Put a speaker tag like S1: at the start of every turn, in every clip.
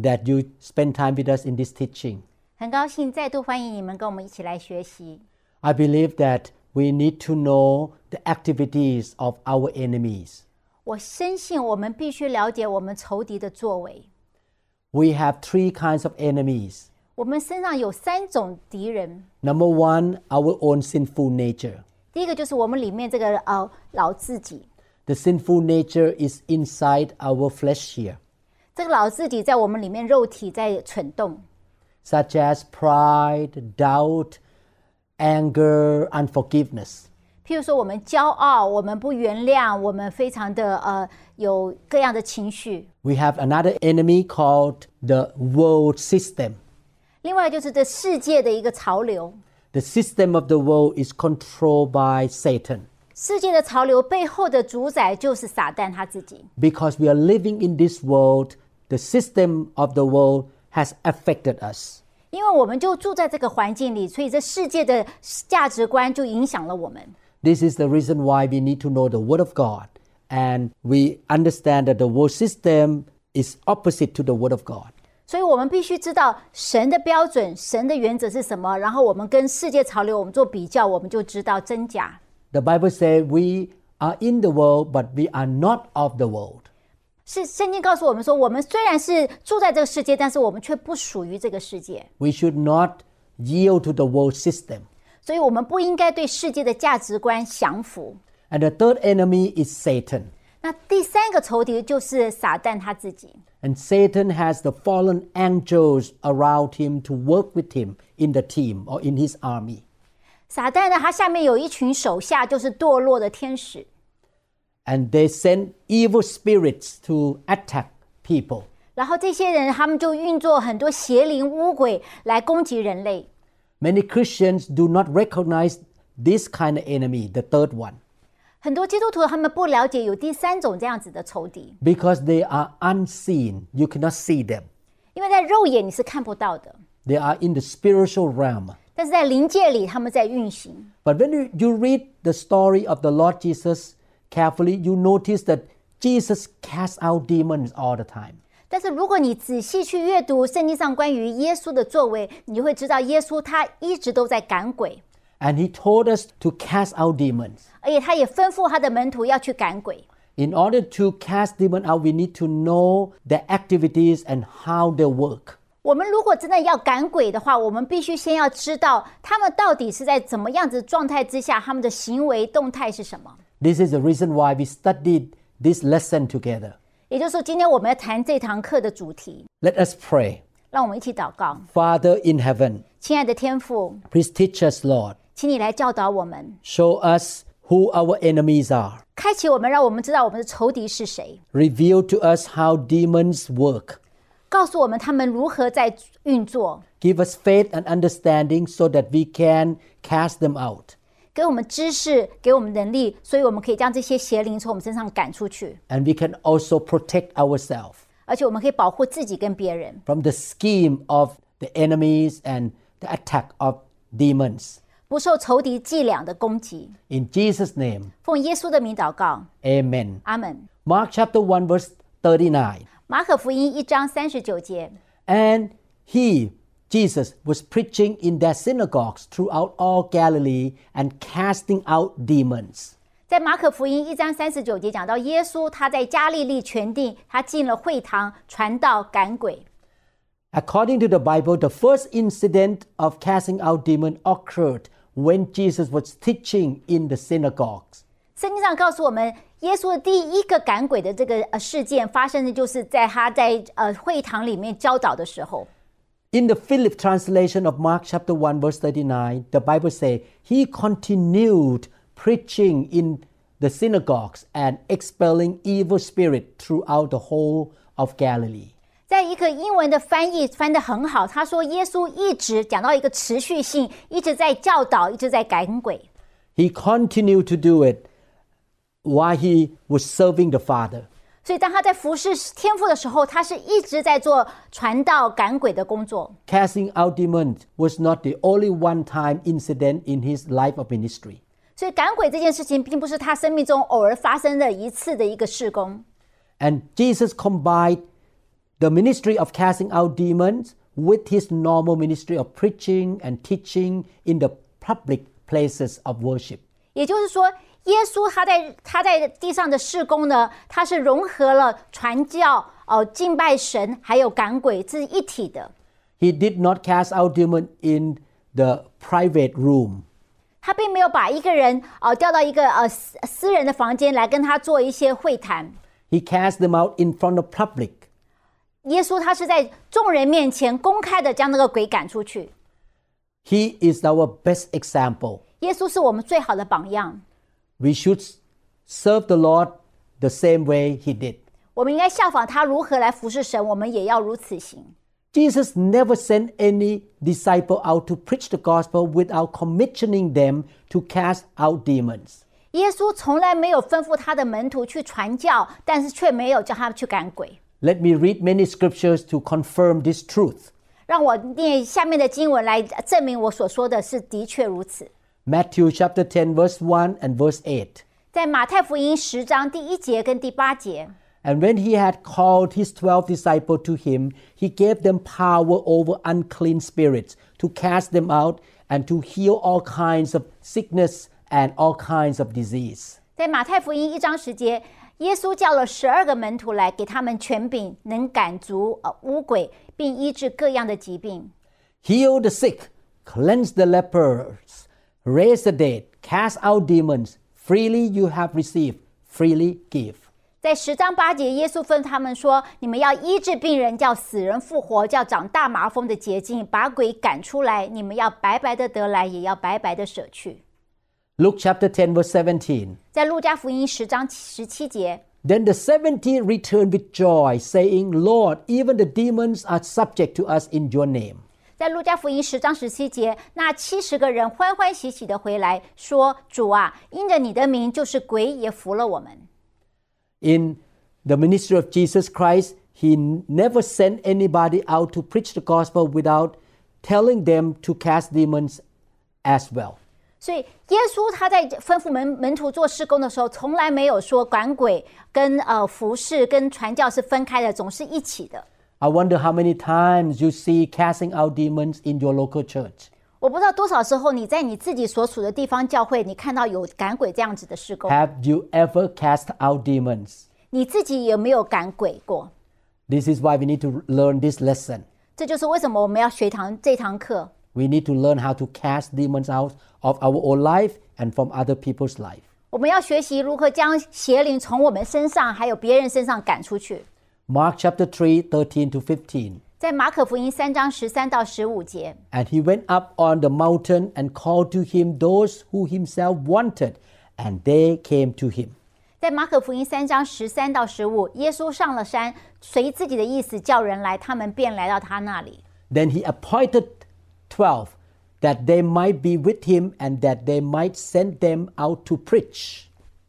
S1: that you spend time with us in this teaching.
S2: 很高兴再度欢迎你们跟我们一起来学习。
S1: I believe that we need to know the activities of our enemies.
S2: 我深信我们必须了解我们仇敌的作为。
S1: We have three kinds of enemies.
S2: 我们身上有三种敌人，
S1: Number one, our own sinful nature.
S2: 第一个就是我们里面这个呃老自己，
S1: The sinful nature is inside our flesh here,
S2: 这个老自己在我们里面肉体在蠢动，
S1: such as pride, doubt, anger, unforgiveness.
S2: 譬如说我们骄傲，我们不原谅，我们非常的呃有各样的情绪。
S1: We have another enemy called the world system.
S2: 另外就是这世界的一个潮流，
S1: The system of the world is controlled by Satan.
S2: 世界的潮流背后的主宰就是撒旦他自己。
S1: Because we are living in this world, the system of the world has affected us.
S2: 因为我们就住在这个环境里，所以这世界的价值观就影响了我们。
S1: This is the reason why we need to know the Word of God. And we understand that the world system is opposite to the Word of God.
S2: 所以我们必须知道神的标准、神的原则是什么，然后我们跟世界潮流我们做比较，我们就知道真假。
S1: The Bible says we are in the world, but we are not of the world.
S2: 是圣经告诉我们说，我们虽然是住在这个世界，但是我们却不属于这个世界，
S1: We should not yield to the world system.
S2: 所以我们不应该对世界的价值观降服。
S1: And the third enemy is Satan.
S2: 那第三个仇敌就是撒旦他自己，
S1: And Satan has the fallen angels around him to work with him in the team or in his army.
S2: 撒旦呢，他下面有一群手下，就是堕落的天使。
S1: And they send evil spirits to attack people.
S2: 然后这些人他们就运作很多邪灵污鬼来攻击人类。
S1: Many Christians do not recognize this kind of enemy, the third one,
S2: 很多基督徒他们不了解有第三种这样子的仇敌，
S1: because they are unseen. You cannot see them.
S2: 因为在肉眼你是看不到的，
S1: They are in the spiritual realm.
S2: 但是在灵界里他们在运行。
S1: But when you, you read the story of the Lord Jesus carefully, you notice that Jesus cast out demons all the time.
S2: 但是如果你仔细去阅读圣经上关于耶稣的作为，你就会知道耶稣他一直都在赶鬼，
S1: And he told us to cast out demons.
S2: 而且他也吩咐他的门徒要去赶鬼。
S1: In order to cast demons out, we need to know their activities and how they work.
S2: 我们如果真的要赶鬼的话，我们必须先要知道他们到底是在怎么样子状态之下，他们的行为动态是什么。
S1: This is the reason why we studied this lesson together.
S2: 也就是说，今天我们要谈这堂课的主题，
S1: Let us pray.
S2: 让我们一起祷告。
S1: Father in heaven,
S2: 亲爱的天父，
S1: please teach us, Lord.
S2: 请你来教导我们，
S1: Show us who our enemies are.
S2: 开启我们，让我们知道我们的仇敌是谁，
S1: Reveal to us how demons work.
S2: 告诉我们他们如何在运作，
S1: Give us faith and understanding so that we can cast them out.
S2: 给我们知识，给我们能力，所以我们可以将这些邪灵从我们身上赶出去，
S1: And we can also protect ourselves.
S2: 而且我们可以保护自己跟别人，
S1: from the scheme of the enemies and the attack of demons.
S2: 不受仇敌伎俩的攻击。
S1: In Jesus' name,
S2: 奉耶稣的名祷告，
S1: amen.
S2: 阿门。
S1: Mark chapter 1, verse 39.
S2: 马可福音一章三十九节，
S1: And he, Jesus, was preaching in their synagogues throughout all Galilee and casting out demons.
S2: 在马可福音一章三十九节讲到，耶稣他在加利利全地，他进了会堂传道赶鬼。
S1: According to the Bible, the first incident of casting out demons occurred when Jesus was teaching in the synagogues.
S2: 圣经上告诉我们，耶稣的第一个赶鬼的这个呃事件发生的就是在他在呃会堂里面教导的时候。
S1: In the Philip translation of Mark chapter 1 verse 39, the Bible says, He continued preaching in the synagogues and expelling evil spirit throughout the whole of Galilee.
S2: 在一个英文的翻译翻得很好，他说耶稣一直讲到一个持续性，一直在教导，一直在赶鬼。
S1: He continued to do it while he was serving the Father.
S2: 所以当他在服侍天父的时候，他是一直在做传道赶鬼的工作。
S1: Casting out demons was not the only one time incident in his life of ministry.
S2: 所以赶鬼这件事情，并不是他生命中偶尔发生的一次的一个事工。
S1: And Jesus combined the ministry of casting out demons with his normal ministry of preaching and teaching in the public places of worship.
S2: 也就是说，耶稣他在他在地上的事工呢，他是融合了传教、哦、敬拜神，还有赶鬼，这是一体的。
S1: He did not cast out demons in the private room.
S2: 他并没有把一个人哦、调到一个呃私私人的房间来跟他做一些会谈。
S1: He cast them out in front of public.
S2: 耶稣他是在众人面前公开的将那个鬼赶出去。
S1: He is our best example.
S2: 耶稣是我们最好的榜样，
S1: We should serve the Lord the same way he did.
S2: 我们应该效仿他如何来服侍神，我们也要如此行。
S1: Jesus never sent any disciple out to preach the gospel without commissioning them to cast out demons.
S2: 耶稣从来没有吩咐他的门徒去传教，但是却没有叫他们去赶鬼。
S1: Let me read many scriptures to confirm this truth.
S2: 让我念下面的经文来证明我所说的是的确如此。
S1: Matthew chapter 10 verse 1 and verse 8.
S2: 在马太福音十章第一节跟第八节，
S1: And when he had called his twelve disciples to him, he gave them power over unclean spirits to cast them out and to heal all kinds of sickness and all kinds of disease.
S2: 在马太福音一章十节，耶稣叫了十二个门徒来，给他们权柄，能赶逐呃污鬼，并医治各样的疾病。
S1: Heal the sick, cleanse the lepers, raise the dead, cast out demons. Freely you have received, freely give.
S2: 在十章八节，耶稣吩咐他们说：“你们要医治病人，叫死人复活，叫长大麻风的洁净，把鬼赶出来。你们要白白的得来，也要白白的舍去。
S1: Luke chapter 10, verse 17. ”
S2: 在路加福音十章十七节，
S1: Then the 70 returned with joy, saying, Lord, even the demons are subject to us in your name.
S2: 在路加福音十章十七节，那七十个人欢欢喜喜的回来，说：“主啊，因着你的名，就是鬼也服了我们。”
S1: in the ministry of Jesus Christ, he never sent anybody out to preach the gospel without telling them to cast demons as well.
S2: 所以耶稣他在吩咐门门徒做施工的时候，从来没有说赶鬼跟呃服饰跟传教是分开的，总是一起的。
S1: I wonder how many times you see casting out demons in your local church.
S2: 我不知道多少时候你在你自己所处的地方教会，你看到有赶鬼这样子的施工，
S1: Have you ever cast out demons?
S2: 你自己有没有赶鬼过？
S1: This is why we need to learn this lesson.
S2: 这就是为什么我们要学堂这堂课，
S1: We need to learn how to cast demons out of our own life and from other people's life.
S2: 我们要学习如何将邪灵从我们身上还有别人身上赶出去。
S1: Mark chapter 3, 13 to 15.
S2: 在马可福音三章十三到十五节，
S1: And he went up on the mountain and called to him those who himself wanted, and they came to him.
S2: 在马可福音三章十三到十五，耶稣上了山，随自己的意思叫人来，他们便来到他那里。
S1: Then he appointed twelve, that they might be with him and that they might send them out to preach.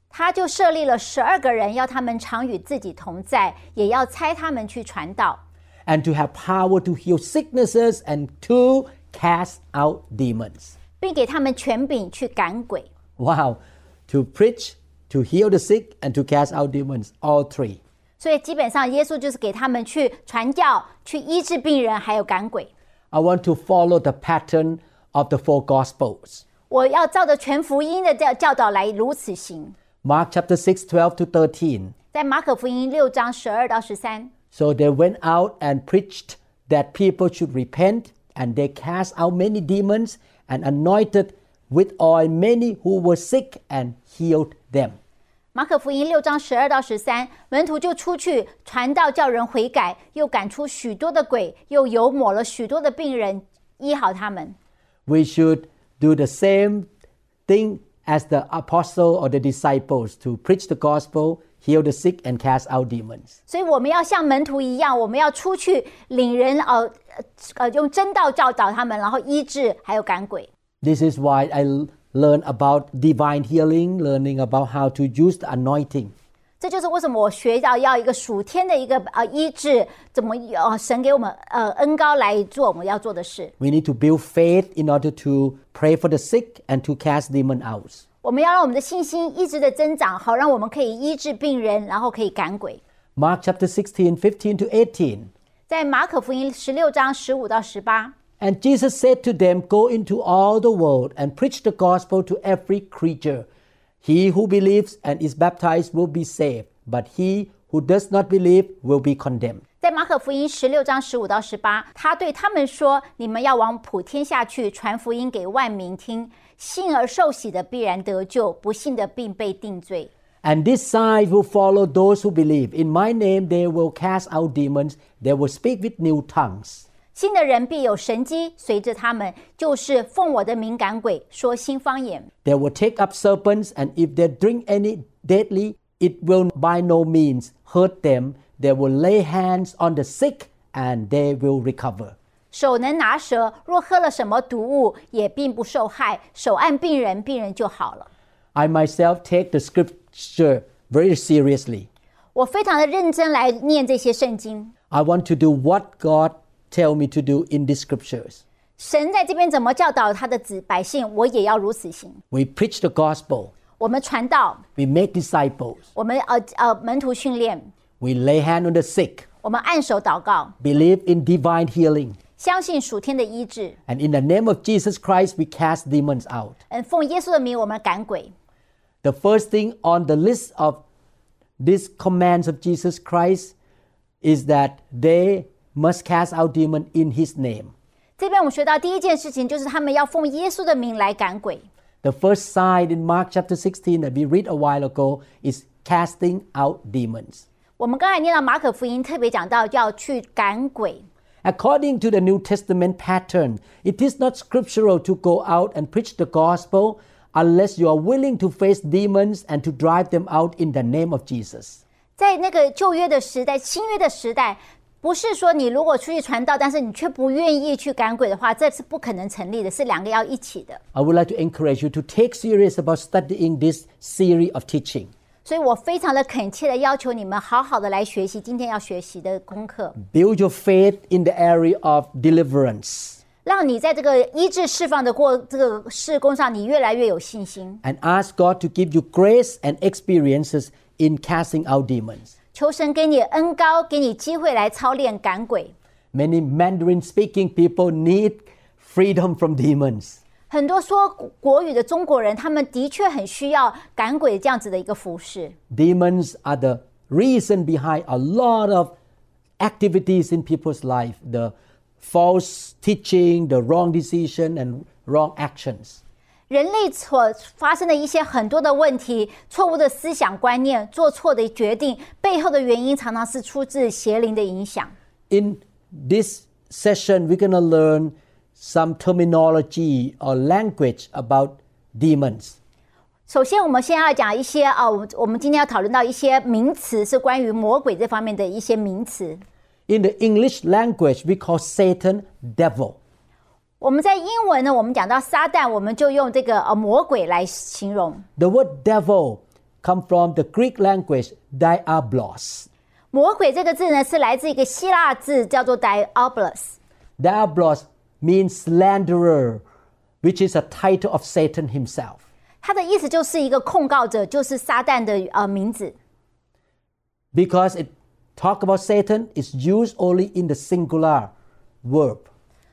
S2: 他就设立了十二个人，要他们常与自己同在，也要差他们去传道，
S1: And to have power to heal sicknesses and to cast out demons.
S2: 并给他们权柄去赶鬼。
S1: Wow, to preach, to heal the sick, and to cast out demons, all three.
S2: 所以基本上，耶稣就是给他们去传教、去医治病人，还有赶鬼。
S1: I want to follow the pattern of the four gospels.
S2: 我要照着全福音的教教导来如此行。
S1: Mark chapter 6, 12 to 13.
S2: 在马可福音六章十二到十三，
S1: So they went out and preached that people should repent, and they cast out many demons and anointed with oil many who were sick and healed them.
S2: 马可福音六章十二到十三，门徒就出去传道，叫人悔改，又赶出许多的鬼，又油抹了许多的病人，医好他们。
S1: We should do the same thing as the apostle or the disciples to preach the gospel, heal the sick, and cast out demons.
S2: 所以我们要像门徒一样，我们要出去领人，呃呃呃，用真道教导他们，然后医治，还有赶鬼。
S1: This is why I l- learn about divine healing, learning about how to use the anointing.
S2: 这就是为什么我学到要一个属天的一个呃医治，怎么呃神给我们呃恩高来做我们要做的事。
S1: We need to build faith in order to pray for the sick and to cast demon out.
S2: 我们要让我们的信心一直的增长，好让我们可以医治病人，然后可以赶鬼。
S1: Mark chapter 16, 15 to 18.
S2: 在马可福音十六章十五到十八，
S1: And Jesus said to them, Go into all the world and preach the gospel to every creature. He who believes and is baptized will be saved, but he who does not believe will be condemned.
S2: 在马可福音十六章十五到十八，他对他们说：“你们要往普天下去，传福音给万民听。信而受洗的必然得救，不信的并被定罪。
S1: And this sign will follow those who believe. In my name they will cast out demons, they will speak with new tongues.
S2: 信的人必有神机随着他们，就是奉我的名赶鬼，说新方言。
S1: They will take up serpents, and if they drink any deadly, it will by no means hurt them. They will lay hands on the sick and they will recover.
S2: 手能拿蛇，若喝了什么毒物，也并不受害。手按病人，病人就好了。
S1: I myself take the scripture very seriously.
S2: 我非常的认真来念这些圣经。
S1: I want to do what God tell me to do in these scriptures.
S2: 神在这边怎么教导他的子百姓，我也要如此行。
S1: We preach the gospel.
S2: 我们传道，
S1: We make disciples.
S2: 我们呃呃门徒训练，
S1: We lay hand on the sick.
S2: 我们按手祷告，
S1: Believe in divine healing.
S2: 相信属天的医治。
S1: And in the name of Jesus Christ, we cast demons out.
S2: 嗯，奉耶稣的名，我们赶鬼。
S1: The first thing on the list of these commands of Jesus Christ is that they must cast out demon in his name.
S2: 这边我们学到第一件事情，就是他们要奉耶稣的名来赶鬼。
S1: The first sign in Mark chapter 16 that we read a while ago is casting out demons.
S2: 我们刚才念到马可福音，特别讲到要去赶鬼。
S1: According to the New Testament pattern, it is not scriptural to go out and preach the gospel unless you are willing to face demons and to drive them out in the name of Jesus.
S2: 在那个旧约的时代、新约的时代，不是说你如果出去传道，但是你却不愿意去赶鬼的话，这是不可能成立的，是两个要一起的。
S1: I would like to encourage you to take serious about studying this series of teaching.
S2: 所以我非常的恳切的要求你们好好的来学习今天要学习的功课，
S1: Build your faith in the area of deliverance
S2: 让你在这个医治释放的过这个事工上，你越来越有信心。
S1: and ask God to give you grace and experiences in casting out demons.
S2: 求神给你恩高，给你机会来操练赶鬼。
S1: Many Mandarin speaking people need freedom from demons.
S2: 很多说国语的中国人，他们的确很需要赶鬼这样子的一个服饰。
S1: Demons are the reason behind a lot of activities in people's life the false teaching, the wrong decision, and wrong actions.
S2: 人类所发生的一些很多的问题，错误的思想观念，做错的决定，背后的原因常常是出自邪灵的影响。
S1: In this session, we're going to learn some terminology or language about demons.
S2: 首先，我们先要讲一些啊，我们我们今天要讨论到一些名词，是关于魔鬼这方面的一些名词。
S1: In the English language, we call Satan devil.
S2: 我们在英文呢，我们讲到撒旦，我们就用这个呃魔鬼来形容。
S1: The word devil comes from the Greek language diablos.
S2: 魔鬼这个字呢，是来自一个希腊字，叫做 diabolos。
S1: Diablos means slanderer, which is a title of Satan himself.
S2: 它的意思就是一个控告者，就是撒旦的呃名字。
S1: Because it talk about Satan is used only in the singular verb.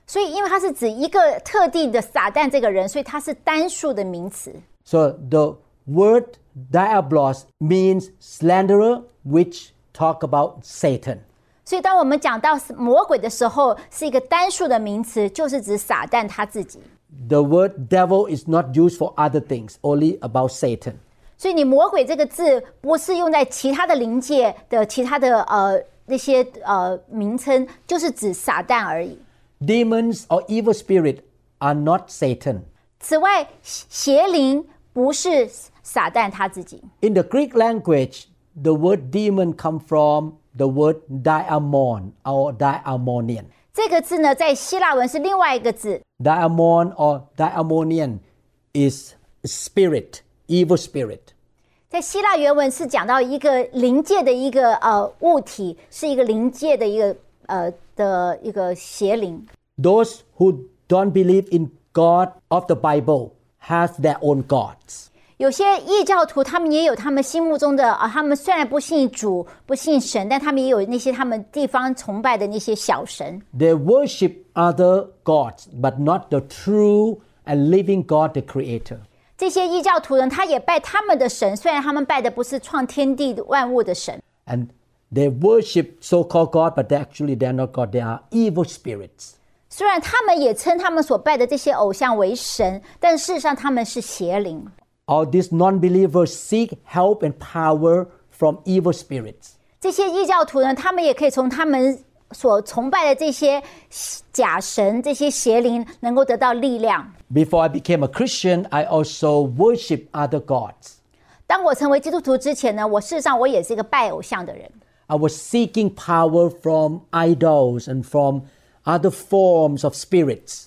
S2: 所以，因为它是指一个特定的撒旦这个人，所以它是单数的名词。
S1: So the word diablos means slanderer, which talk about Satan.
S2: 所以，当我们讲到魔鬼的时候，是一个单数的名词，就是指撒旦他自己。
S1: The word devil is not used for other things, only about Satan.
S2: 所以，你魔鬼这个字不是用在其他的灵界的其他的呃那些呃名称，就是指撒旦而已。
S1: Demons or evil spirit are not Satan.
S2: 此外，邪邪灵不是撒旦他自己。
S1: In the Greek language, The word demon come from the word diamon or diamonian.
S2: 这个字呢，在希腊文是另外一个字，
S1: Diamon or diamonian is spirit, evil spirit.
S2: 在希腊原文是讲到一个灵界的一个呃物体，是一个灵界的一个呃的一个邪灵。
S1: Those who don't believe in God of the Bible have their own gods.
S2: 有些异教徒他们也有他们心目中的啊、呃他们虽然不信主、不信神，但他们也有那些他们地方崇拜的那些小神。
S1: They worship other gods, but not the true and living God, the Creator.
S2: 这些异教徒人他也拜他们的神，虽然他们拜的不是创天地万物的神，
S1: And they worship so-called God, but they actually they're not God. They are evil spirits.
S2: 虽然他们也称他们所拜的这些偶像为神，但事实上他们是邪灵。
S1: All these non-believers seek help and power from evil spirits.
S2: 这些异教徒呢，他们也可以从他们所崇拜的这些假神、这些邪灵，能够得到力量。
S1: Before I became a Christian, I also worship other gods.
S2: 当我成为基督徒之前呢，我事实上我也是一个拜偶像的人，
S1: I was seeking power from idols and from other forms of spirits.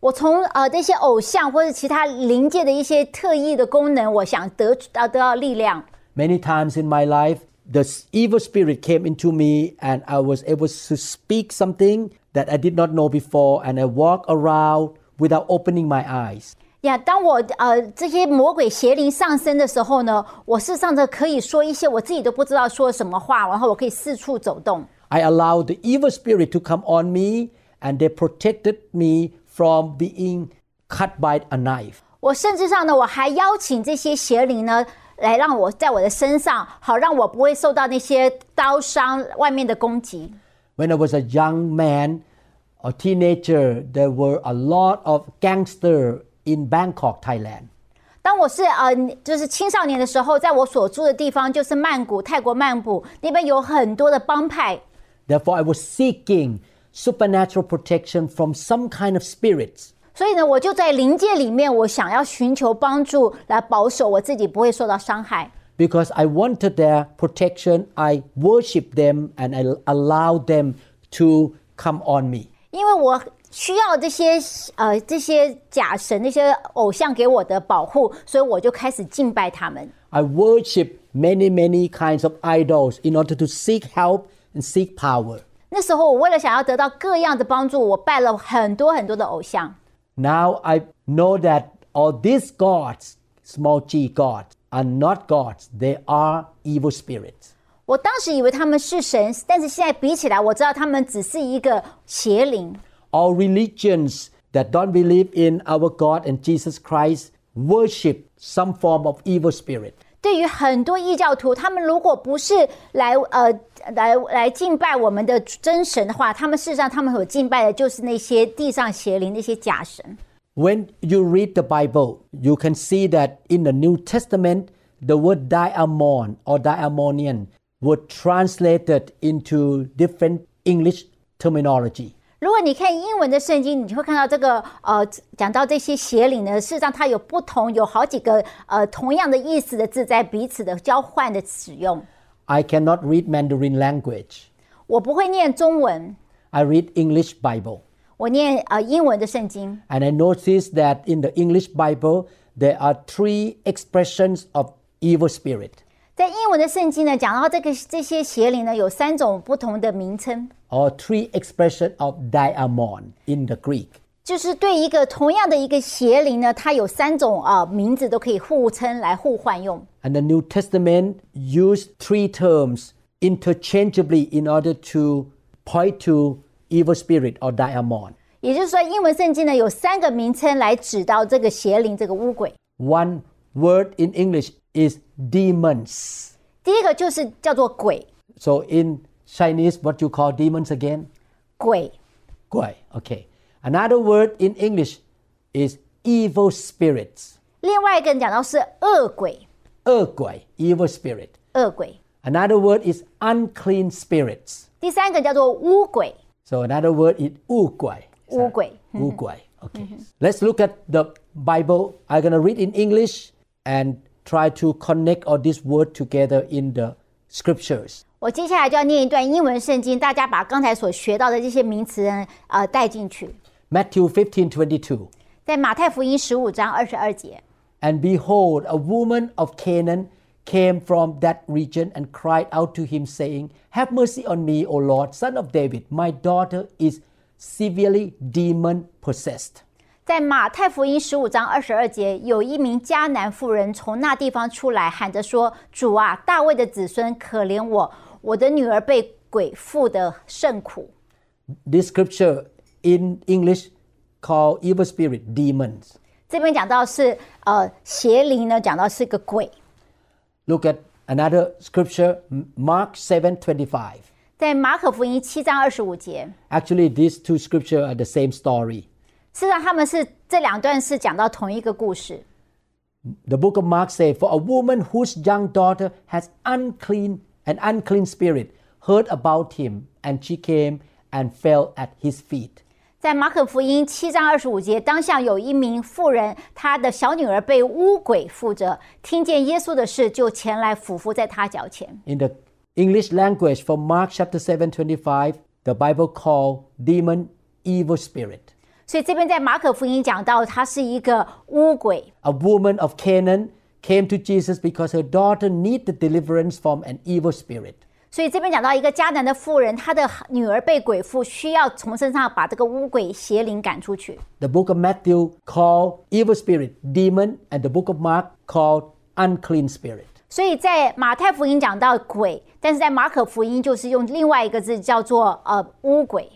S2: 我从呃这些偶像或者其他灵界的一些特异的功能，我想得到得到力量。
S1: Many times in my life, the evil spirit came into me, and I was able to speak something that I did not know before, and I walked around without opening my eyes.
S2: 呀，当我呃这些魔鬼邪灵上身的时候呢，我事实上呢可以说一些我自己都不知道说什么话，然后我可以四处走动。
S1: I allowed the evil spirit to come on me, and they protected me from being cut by a knife.
S2: 我甚至上呢，我还邀请这些邪灵呢，来让我在我的身上，好让我不会受到那些刀伤、外面的攻击。
S1: When I was a young man, a teenager, there were a lot of gangster in Bangkok, Thailand.
S2: 当我是呃，就是青少年的时候，在我所住的地方就是曼谷，泰国曼谷那边有很多的帮派，
S1: Therefore, I was seeking supernatural protection from some kind of spirits.
S2: 所以呢，我就在灵界里面，我想要寻求帮助来保守我自己不会受到伤害。
S1: Because I wanted their protection, I worshiped them and I allowed them to come on me.
S2: 因为我需要这些呃这些假神、那些偶像给我的保护，所以我就开始敬拜他们。
S1: I worshiped many, many kinds of idols in order to seek help and seek power.
S2: 那时候我为了想要得到各样的帮助，我拜了很多很多的偶像。
S1: Now I know that all these gods, small g gods, are not gods, they are evil spirits.
S2: 我当时以为他们是神，但是现在比起来，我知道他们只是一个邪灵。
S1: All religions that don't believe in our God and Jesus Christ worship some form of evil spirit.
S2: 对于很多异教徒，他们如果不是来呃来来敬拜我们的真神的话，他们事实上他们所敬拜的就是那些地上邪灵、那些假神。
S1: When you read the Bible, you can see that in the New Testament, the word diamon or diamonian were translated into different English terminology.
S2: 如果你看英文的圣经，你会看到这个呃，讲到这些邪灵呢，事实上它有不同，有好几个呃同样的意思的字在彼此的交换的使用。
S1: I cannot read Mandarin language.
S2: 我不会念中文，
S1: I read English Bible.
S2: 我念呃英文的圣经。
S1: And I noticed that in the English Bible, there are three expressions of evil spirit
S2: 在英文的圣经呢，讲到这个这些邪灵呢，有三种不同的名称，
S1: or three expression of diamon in the Greek.
S2: 就是对一个同样的一个邪灵呢，它有三种啊、呃名字都可以互称来互换用。
S1: And the New Testament used three terms interchangeably in order to point to evil spirit or diamon.
S2: 也就是说，英文圣经呢有三个名称来指到这个邪灵、这个巫鬼。
S1: One word in English is demons.
S2: 第一个就是叫做鬼，
S1: So in Chinese, what you call demons again?
S2: 鬼。
S1: Guai. Okay. Another word in English is evil spirits.
S2: 另外一个人讲到是恶鬼，
S1: Er guai, evil spirit.
S2: 恶鬼。
S1: Another word is unclean spirits.
S2: 第三个叫做巫鬼，
S1: So another word is uguai.
S2: 巫 鬼。
S1: Uguai. Okay. Let's look at the Bible. I'm going to read in English and try to connect all these words together in the scriptures.
S2: 我接下来就要念一段英文圣经，大家把刚才所学到的这些名词呃带进去。
S1: Matthew 15 22.
S2: 在马太福音十五章二十二节，
S1: And behold, a woman of Canaan came from that region and cried out to him, saying, Have mercy on me, O Lord, son of David. My daughter is severely demon possessed.
S2: 在马太福音十五章二十二节，有一名迦南妇人从那地方出来，喊着说：“主啊，大卫的子孙，可怜我，我的女儿被鬼附的甚苦。
S1: This scripture in English called evil spirit, demons. ”
S2: 这边讲到是呃邪灵呢，讲到是个鬼。
S1: Look at another scripture, M- Mark 7 25.
S2: 在马可福音七章二十五节，
S1: Actually, these two scriptures are the same story.
S2: 事实上他们是这两段是讲到同一个故事。
S1: The book of Mark says, For a woman whose young daughter has unclean an unclean spirit heard about him, and she came and fell at his feet.
S2: 在马可福音七章二十五节，当下有一名妇人，她的小女儿被巫鬼附着，听见耶稣的事，就前来俯伏在他脚前。
S1: In the English language from Mark chapter 7, 25, the Bible called demon evil spirit.
S2: 所以这边在马可福音讲到，她是一个巫鬼。
S1: A woman of Canaan came to Jesus because her daughter needed deliverance from an evil spirit.
S2: 所以这边讲到一个迦南的妇人，她的女儿被鬼附，需要从身上把这个巫鬼邪灵赶出去。
S1: The book of Matthew called evil spirit demon, and the book of Mark called unclean spirit.
S2: 所以在马太福音讲到鬼，但是在马可福音就是用另外一个字叫做呃巫鬼。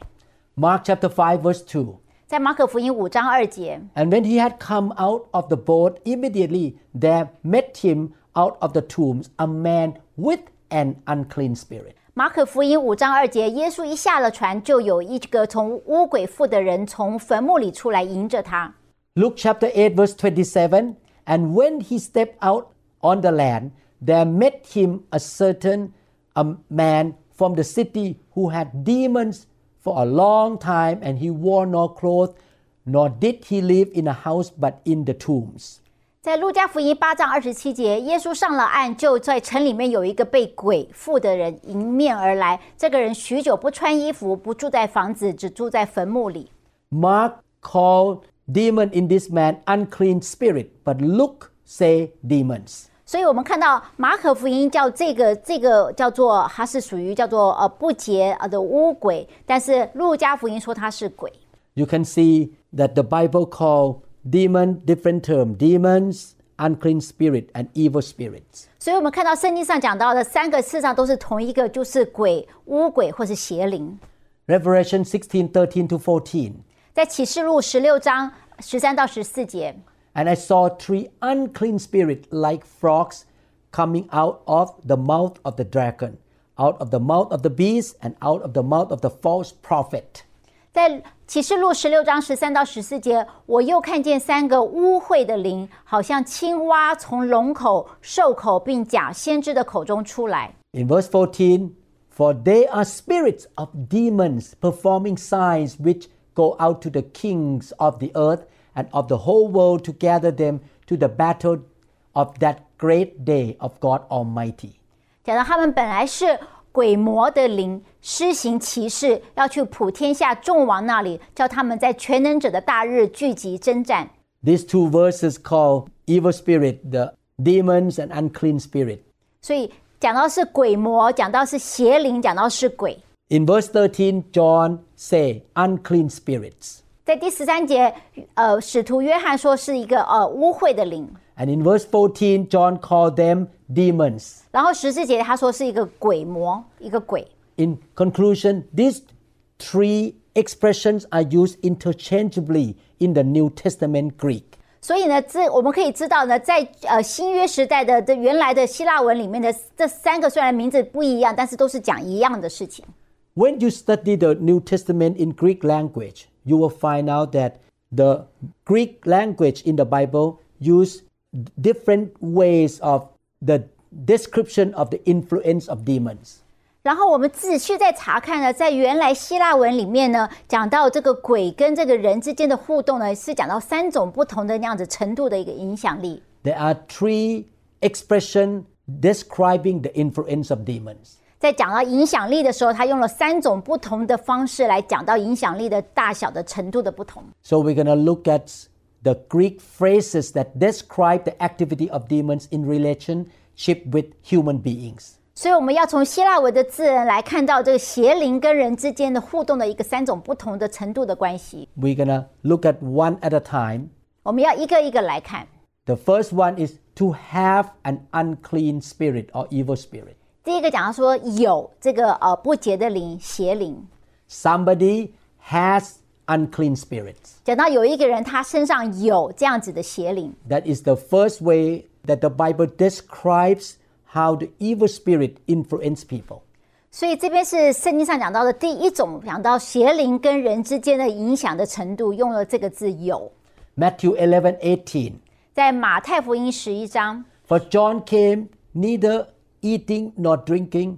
S1: Mark chapter 5, verse 2.
S2: 在马可福音五章二节，
S1: And when he had come out of the boat, immediately there met him out of the tombs a man with an unclean spirit.
S2: 马可福音五章二节，耶稣一下了船，就有一个从巫鬼附的人从坟墓里出来迎着他。
S1: Luke chapter 8, verse 27. And when he stepped out on the land, there met him a certain a man from the city who had demons for a long time, and he wore no clothes, nor did he live in a house but in the tombs.
S2: 在路加福音八章二十七节，耶稣上了岸，就在城里面有一个被鬼附的人迎面而来。这个人许久不穿衣服，不住在房子，只住在坟墓里。
S1: Mark called demon in this man unclean spirit, but Luke say demons.
S2: 所以我们看到马可福音叫这个这个叫做它是属于叫做呃不洁呃的污鬼，但是路加福音说它是鬼。
S1: You can see that the Bible call demon different term, demons, unclean spirit, and evil spirits.
S2: 所以我们看到圣经上讲到的三个，事实上都是同一个，就是鬼、巫鬼或是邪灵。
S1: Revelation 16, 13 to 14.
S2: 在启示录十六章十三到十四节，
S1: And I saw three unclean spirits like frogs coming out of the mouth of the dragon, out of the mouth of the beast, and out of the mouth of the false prophet.
S2: 在启示录十六章十三到十四节，我又看见三个污秽的灵，好像青蛙从龙口、兽口并假先知的口中出来。
S1: In verse 14, for they are spirits of demons performing signs which go out to the kings of the earth and of the whole world to gather them to the battle of that great day of God Almighty.
S2: 讲到他们本来是鬼魔的灵，施行奇事，要去普天下众王那里，叫他们在全能者的大日聚集征战。
S1: These two verses call evil spirit the demons and unclean spirit.
S2: 所以讲到是鬼魔，讲到是邪灵，讲到是鬼。
S1: In verse 13, John say unclean spirits.
S2: 在第十三节，呃，使徒约翰说是一个呃污秽的灵，
S1: And in verse 14, John called them demons.
S2: 然后十四节他说是一个鬼魔，一个鬼。
S1: In conclusion, these three expressions are used interchangeably in the New Testament Greek.
S2: 所以呢，这我们可以知道呢，在呃新约时代的这呃原来的希腊文里面的这三个虽然名字不一样，但是都是讲一样的事情。
S1: When you study the New Testament in Greek language, you will find out that the Greek language in the Bible use different ways of the description of the influence of demons.
S2: 然后我们仔细再查看呢，在原来希腊文里面呢，讲到这个鬼跟这个人之间的互动呢，是讲到三种不同的那样子程度的一个影响力。
S1: There are three expression describing the influence of demons.
S2: 在讲到影响力的时候，他用了三种不同的方式来讲到影响力的大小的程度的不同。
S1: So we're going to look at the Greek phrases that describe the activity of demons in relationship with human beings.
S2: 所以我们要从希腊文的字来看到这个邪灵跟人之间的互动的一个三种不同的程度的关系。
S1: We're going to look at one at a time.
S2: 我们要一个一个来看。
S1: The first one is to have an unclean spirit or evil spirit.
S2: 第一个讲到说有这个呃不洁的灵、邪灵，
S1: Somebody has unclean spirits.
S2: 讲到有一个人他身上有这样子的邪灵，
S1: That is the first way that the Bible describes how the evil spirit influence people.
S2: 所以这边是圣经上讲到的第一种，讲到邪灵跟人之间的影响的程度，用了这个字有。
S1: Matthew 11, 18.
S2: 在马太福音十一章，
S1: For John came neither eating nor drinking,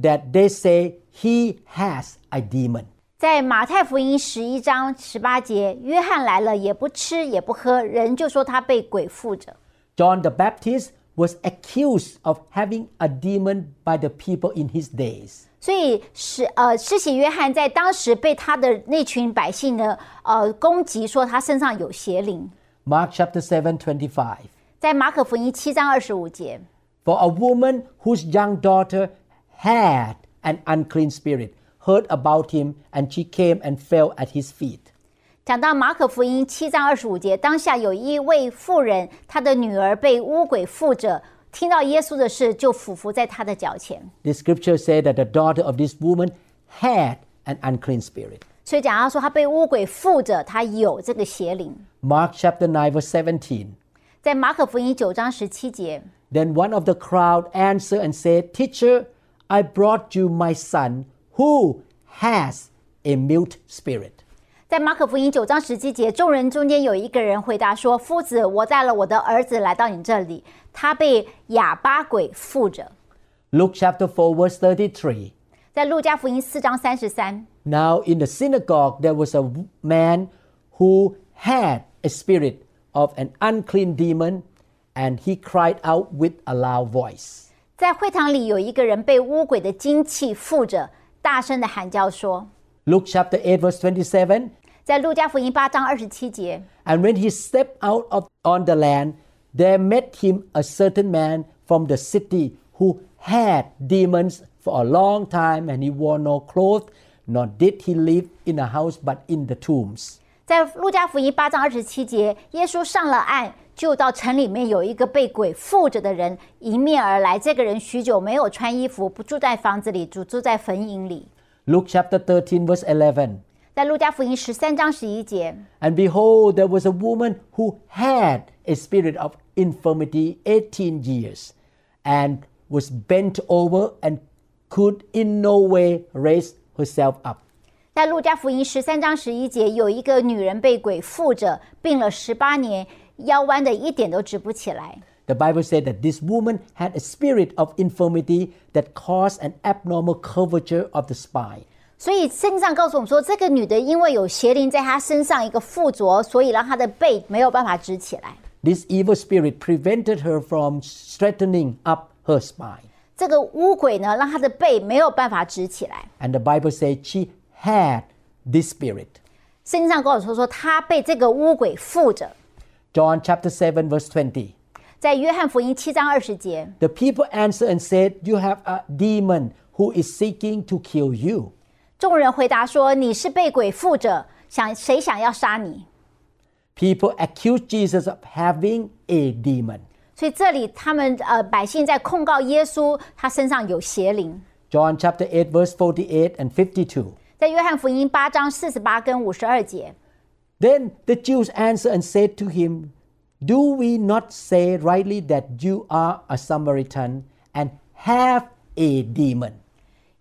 S1: that they say he has a demon.
S2: 在马太福音十一章十八节，约翰来了，也不吃也不喝，人就说他被鬼附着。
S1: John the Baptist was accused of having a demon by the people in his days.
S2: 所以是呃，施洗约翰在当时被他的那群百姓呢，呃，攻击说他身上有邪灵。
S1: Mark chapter 7, 25.
S2: 在马可福音七章二十五节，
S1: For a woman whose young daughter had an unclean spirit heard about him, and she came and fell at his feet.
S2: 讲到马可福音七章二十五节，当下有一位妇人，她的女儿被污鬼附着，听到耶稣的事，就俯伏在他的脚前。
S1: The scripture said that the daughter of this woman had an unclean spirit.
S2: 所以讲到说，她被污鬼附着，她有这个邪灵。
S1: Mark chapter 9, verse 17.
S2: 在马可福音九章十七节，
S1: Then one of the crowd answered and said, Teacher, I brought you my son who has a mute spirit.
S2: 在马可福音九章十七节，众人中间有一个人回答说：“夫子，我带了我的儿子来到你这里，他被哑巴鬼附着。
S1: Luke chapter 4, verse 33. ”
S2: 在路加福音四章三十三，
S1: Now in the synagogue there was a man who had a spirit of an unclean demon, and he cried out with a loud voice.
S2: 在会堂里有一个人被污鬼的精气附着，大声的喊叫说
S1: Luke chapter 8, verse 27.：“
S2: 在路加福音八章二十七节，
S1: And when he stepped out of, on the land, there met him a certain man from the city who had demons for a long time, and he wore no clothes, nor did he live in a house but in the tombs.
S2: 在路加福音八章二十七节，耶稣上了岸，就到城里面有一个被鬼附着的人迎面而来。这个人许久没有穿衣服，不住在房子里，只住在坟茔里。”
S1: Luke chapter 13, verse 11.
S2: 在路加福音十三章十一节，
S1: And behold, there was a woman who had a spirit of infirmity 18 years, and was bent over and could in no way raise herself up.
S2: 在路加福音十三章十一节，有一个女人被鬼附着，病了十八年，腰弯的一点都直不起来。
S1: The Bible said that this woman had a spirit of infirmity that caused an abnormal curvature of the spine.
S2: 所以圣经上告诉我们说，这个女的因为有邪灵在她身上一个附着，所以让她的背没有办法直起来。
S1: This evil spirit prevented her from straightening up her spine.
S2: 这个污鬼呢，让她的背没有办法直起来。
S1: And the Bible said she had this spirit.
S2: 圣经上跟我说说，她被这个污鬼附着。
S1: John chapter 7, verse 20.
S2: 在约翰福音七章二十节，
S1: The people answered and said, You have a demon who is seeking to kill you.
S2: 众人回答说：“你是被鬼附着，想谁想要杀你？”
S1: People accused Jesus of having a demon.
S2: 所以这里他们呃百姓在控告耶稣，他身上有邪灵。
S1: John chapter 8, verse 48 and 52.
S2: 在约翰福音八章四十八跟五十二节，
S1: Then the Jews answered and said to him, Do we not say rightly that you are a Samaritan and have a demon?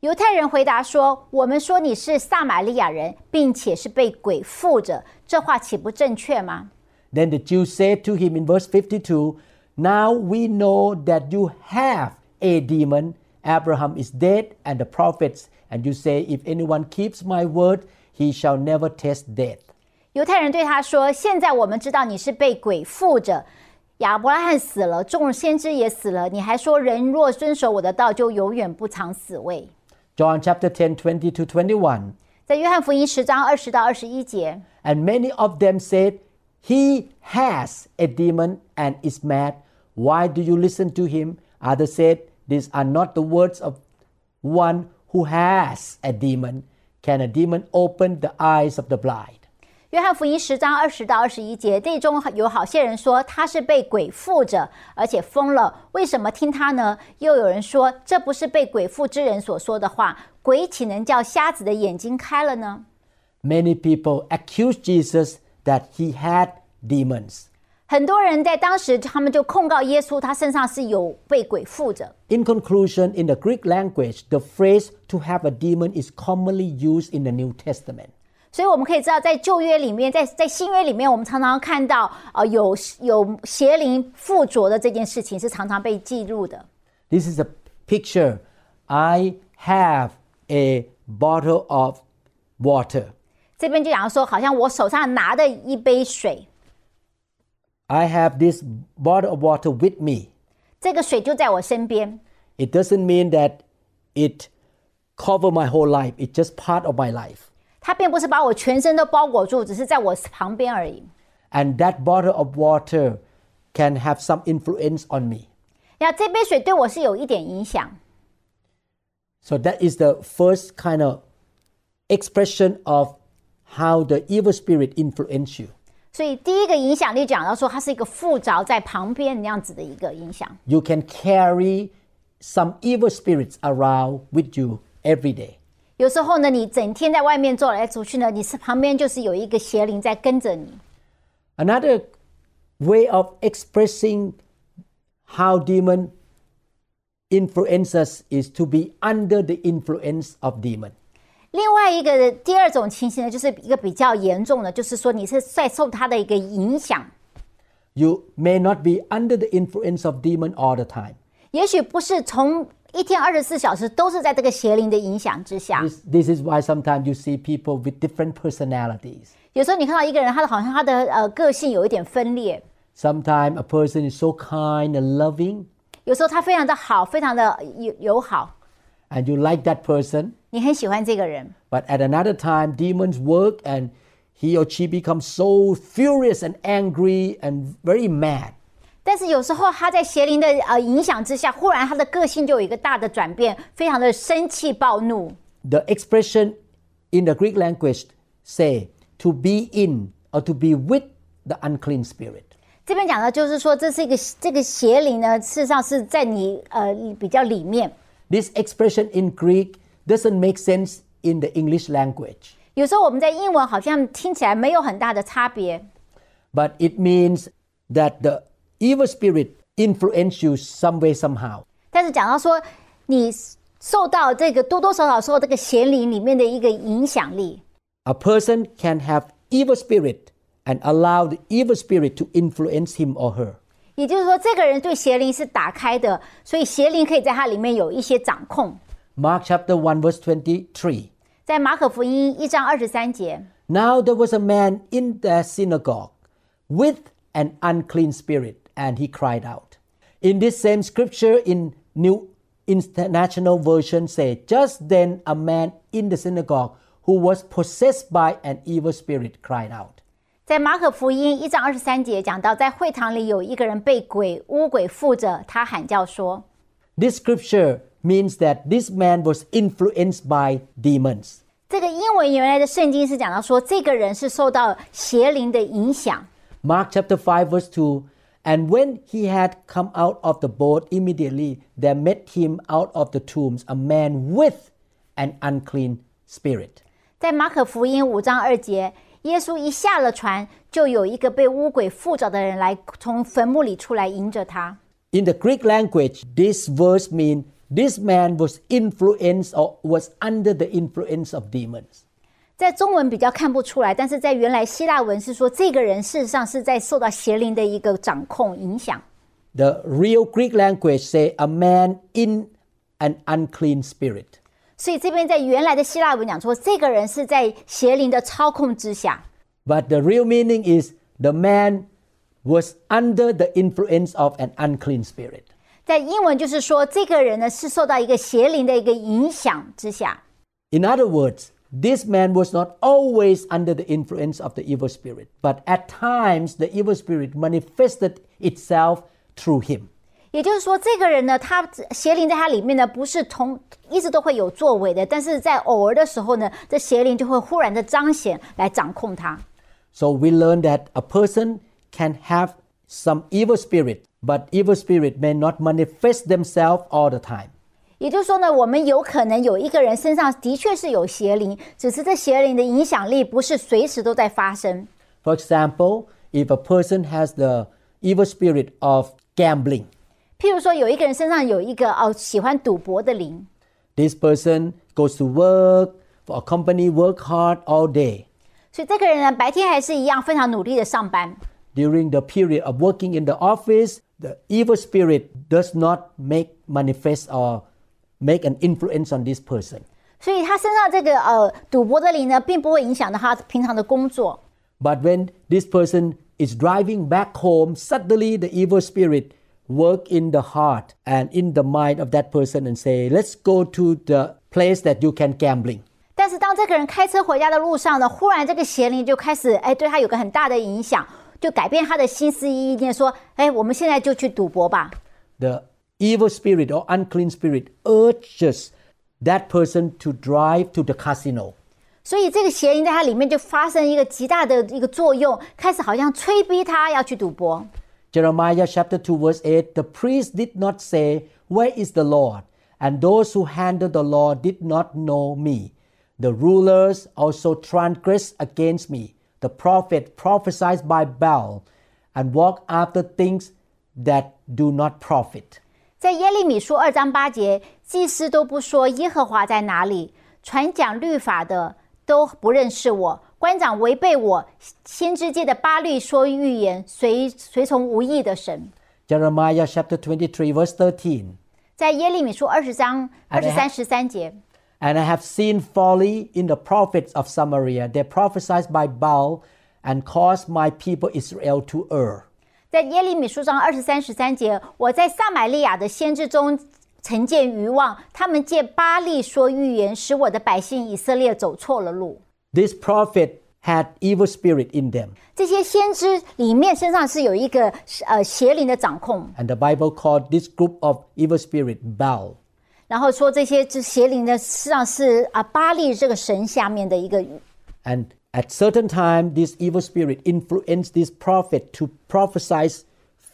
S2: 犹太人回答说：“我们说你是撒玛利亚人，并且是被鬼附着，这话岂不正确吗
S1: Then the Jews said to him in verse 52, Now we know that you have a demon. Abraham is dead and the prophets, and you say, If anyone keeps my word, he shall never taste death.？”
S2: 犹太人对他说：“现在我们知道你是被鬼附着，亚伯拉罕死了，众先知也死了，你还说人若遵守我的道，就永远不尝死味。
S1: John chapter 10, 20 to 21.
S2: 在约翰福音十章二十到二十一节，
S1: And many of them said, He has a demon and is mad. Why do you listen to him? Others said, These are not the words of one who has a demon. Can a demon open the eyes of the blind?
S2: 约翰福音十章二十到二十一节，内中有好些人说他是被鬼附着，而且疯了。为什么听他呢？又有人说这不是被鬼附之人所说的话，鬼岂能叫瞎子的眼睛开了呢？
S1: Many people accused Jesus that he had demons.
S2: 很多人在当时他们就控告耶稣，他身上是有被鬼附着。
S1: In conclusion, in the Greek language, the phrase to have a demon is commonly used in the New Testament.
S2: 所以我们可以知道，在旧约里面，在在新约里面，我们常常看到，呃，有有邪灵附着的这件事情是常常被记录的。
S1: This is a picture. I have a bottle of water.
S2: 这边就讲说，好像我手上拿的一杯水，
S1: I have this bottle of water with me.
S2: 这个水就在我身边。
S1: It doesn't mean that it cover my whole life. It's just part of my life.
S2: 它并不是把我全身都包裹住，只是在我旁边而已。
S1: And that bottle of water can have some influence on me.
S2: 那这杯水对我是有一点影响，
S1: So that is the first kind of expression of how the evil spirit influence you.
S2: 所以第一个影响力讲到说，它是一个附着在旁边那样子的一个影响。
S1: You can carry some evil spirits around with you every day.
S2: 有时候呢，你整天在外面走来走去呢，你是旁边就是有一个邪灵在跟着你。
S1: Another way of expressing how demon influence us is to be under the influence of demon.
S2: 另外一个第二种情形呢，就是一个比较严重的，就是说你是在受它的一个影响，
S1: You may not be under the influence of demon all the time.
S2: 也许不是从一天二十四小时都是在这个邪灵的影响之下。
S1: This, this is why sometimes you see people with different personalities.
S2: 有时候你看到一个人，他的好像他的呃个性有一点分裂，
S1: Sometimes a person is so kind and loving,
S2: 有时候他非常的好，非常的友友好，
S1: and you like that person,
S2: 你很喜欢这个人。
S1: but at another time, demons work and he or she becomes so furious and angry and very mad.
S2: 但是有时候他在邪灵的呃影响之下，忽然他的个性就有一个大的转变，非常的生气暴怒。
S1: The expression in the Greek language say to be in or to be with the unclean spirit.
S2: 这边讲的就是说，这是一个这个邪灵呢，事实上是在你呃比较里面。
S1: This expression in Greek doesn't make sense in the English language,
S2: 有时候我们在英文好像听起来没有很大的差别，
S1: but it means that the evil spirit influence you some way somehow.
S2: 但是讲到说你受到这个多多少少受这个邪灵里面的一个影响力，
S1: A person can have evil spirit and allow the evil spirit to influence him or her.
S2: 也就是说，这个人对邪灵是打开的，所以邪灵可以在他里面有一些掌控。
S1: Mark chapter 1 verse 23.
S2: 在马可福音一章二十三节，
S1: Now there was a man in the synagogue with an unclean spirit, and he cried out. In this same scripture in New International Version say, just then a man in the synagogue who was possessed by an evil spirit cried out.
S2: 在马可福音一章二十三节讲到，在会堂里有一个人被鬼巫鬼附着，他喊叫说，
S1: This scripture means that this man was influenced by demons.
S2: 这个英文原来的圣经是讲到说，这个人是受到邪灵的影响。
S1: Mark chapter 5, verse 2 And when he had come out of the boat, immediately there met him out of the tombs a man with an unclean spirit.
S2: 在马可福音五章二节，耶稣一下了船，就有一个被污鬼附着的人来从坟墓里出来迎着他。
S1: In the Greek language, this verse means this man was influenced or was under the influence of demons.
S2: 在中文比较看不出来，但是在原来希腊文是说，这个人事实上是在受到邪灵的一个掌控影响。
S1: The real Greek language say a man in an unclean spirit.
S2: 所以这边在原来的希腊文讲说，这个人是在邪灵的操控之下。
S1: But the real meaning is the man was under the influence of an unclean spirit.
S2: 在英文就是说，这个人呢是受到一个邪灵的一个影响之下。
S1: In other words, this man was not always under the influence of the evil spirit, but at times the evil spirit manifested itself through him.
S2: 也就是说，这个人呢，他邪灵在他里面呢，不是同一直都会有作为的，但是在偶尔的时候呢，这邪灵就会忽然的彰显来掌控他。
S1: So we learn that a person can have some evil spirit, but evil spirit may not manifest themselves all the time.
S2: 也就是说呢，我们有可能有一个人身上的确是有邪灵，只是这邪灵的影响力不是随时都在发生。
S1: For example, if a person has the evil spirit of gambling,
S2: 譬如说，有一个人身上有一个哦喜欢赌博的灵，
S1: this person goes to work for a company, work hard all day.
S2: 所以这个人呢，白天还是一样非常努力的上班，
S1: During the period of working in the office, the evil spirit does not make manifest or make an influence on this person.
S2: 所以他身上这个呃赌博的灵呢，并不会影响到他平常的工作。
S1: But when this person is driving back home, suddenly the evil spirit work in the heart and in the mind of that person and say, "Let's go to the place that you can gambling."
S2: 但是当这个人开车回家的路上呢，忽然这个邪灵就开始哎对他有个很大的影响，就改变他的心思意念，说哎我们现在就去赌博吧。
S1: The evil spirit or unclean spirit urges that person to drive to the casino.
S2: 所以这个邪灵在他里面就发生一个极大的一个作用，开始好像催逼他要去赌博。
S1: Jeremiah chapter 2 verse 8 the priest did not say where is the Lord and those who handle the law did not know me the rulers also transgressed against me the prophet prophesied by Baal and walked after things that do not profit
S2: 在耶利米书二章八节，祭司都不说耶和华在哪里，传讲律法的都不认识我，官长违背我，先知界的巴律说预言，随随从无意的神。
S1: Jeremiah chapter 23 verse 13
S2: 在耶利米书二十章
S1: 啊
S2: 二
S1: 等一
S2: 十
S1: 下
S2: 三十三节，
S1: And I have seen folly in the prophets of Samaria. They prophesied by Baal and caused my people Israel to err.
S2: 在耶利米书上二十三十三节，我在撒玛利亚的先知中曾见愚妄，他们借巴利说预言，使我的百姓以色列走错了路。
S1: This prophet had evil spirit in them,
S2: 这些先知里面身上是有一个呃邪灵的掌控，
S1: and the Bible called this group of evil spirit Baal.
S2: 然后说这些这邪灵的实际上是啊巴利这个神下面的一个
S1: And at certain time, this evil spirit influenced this prophet to prophesy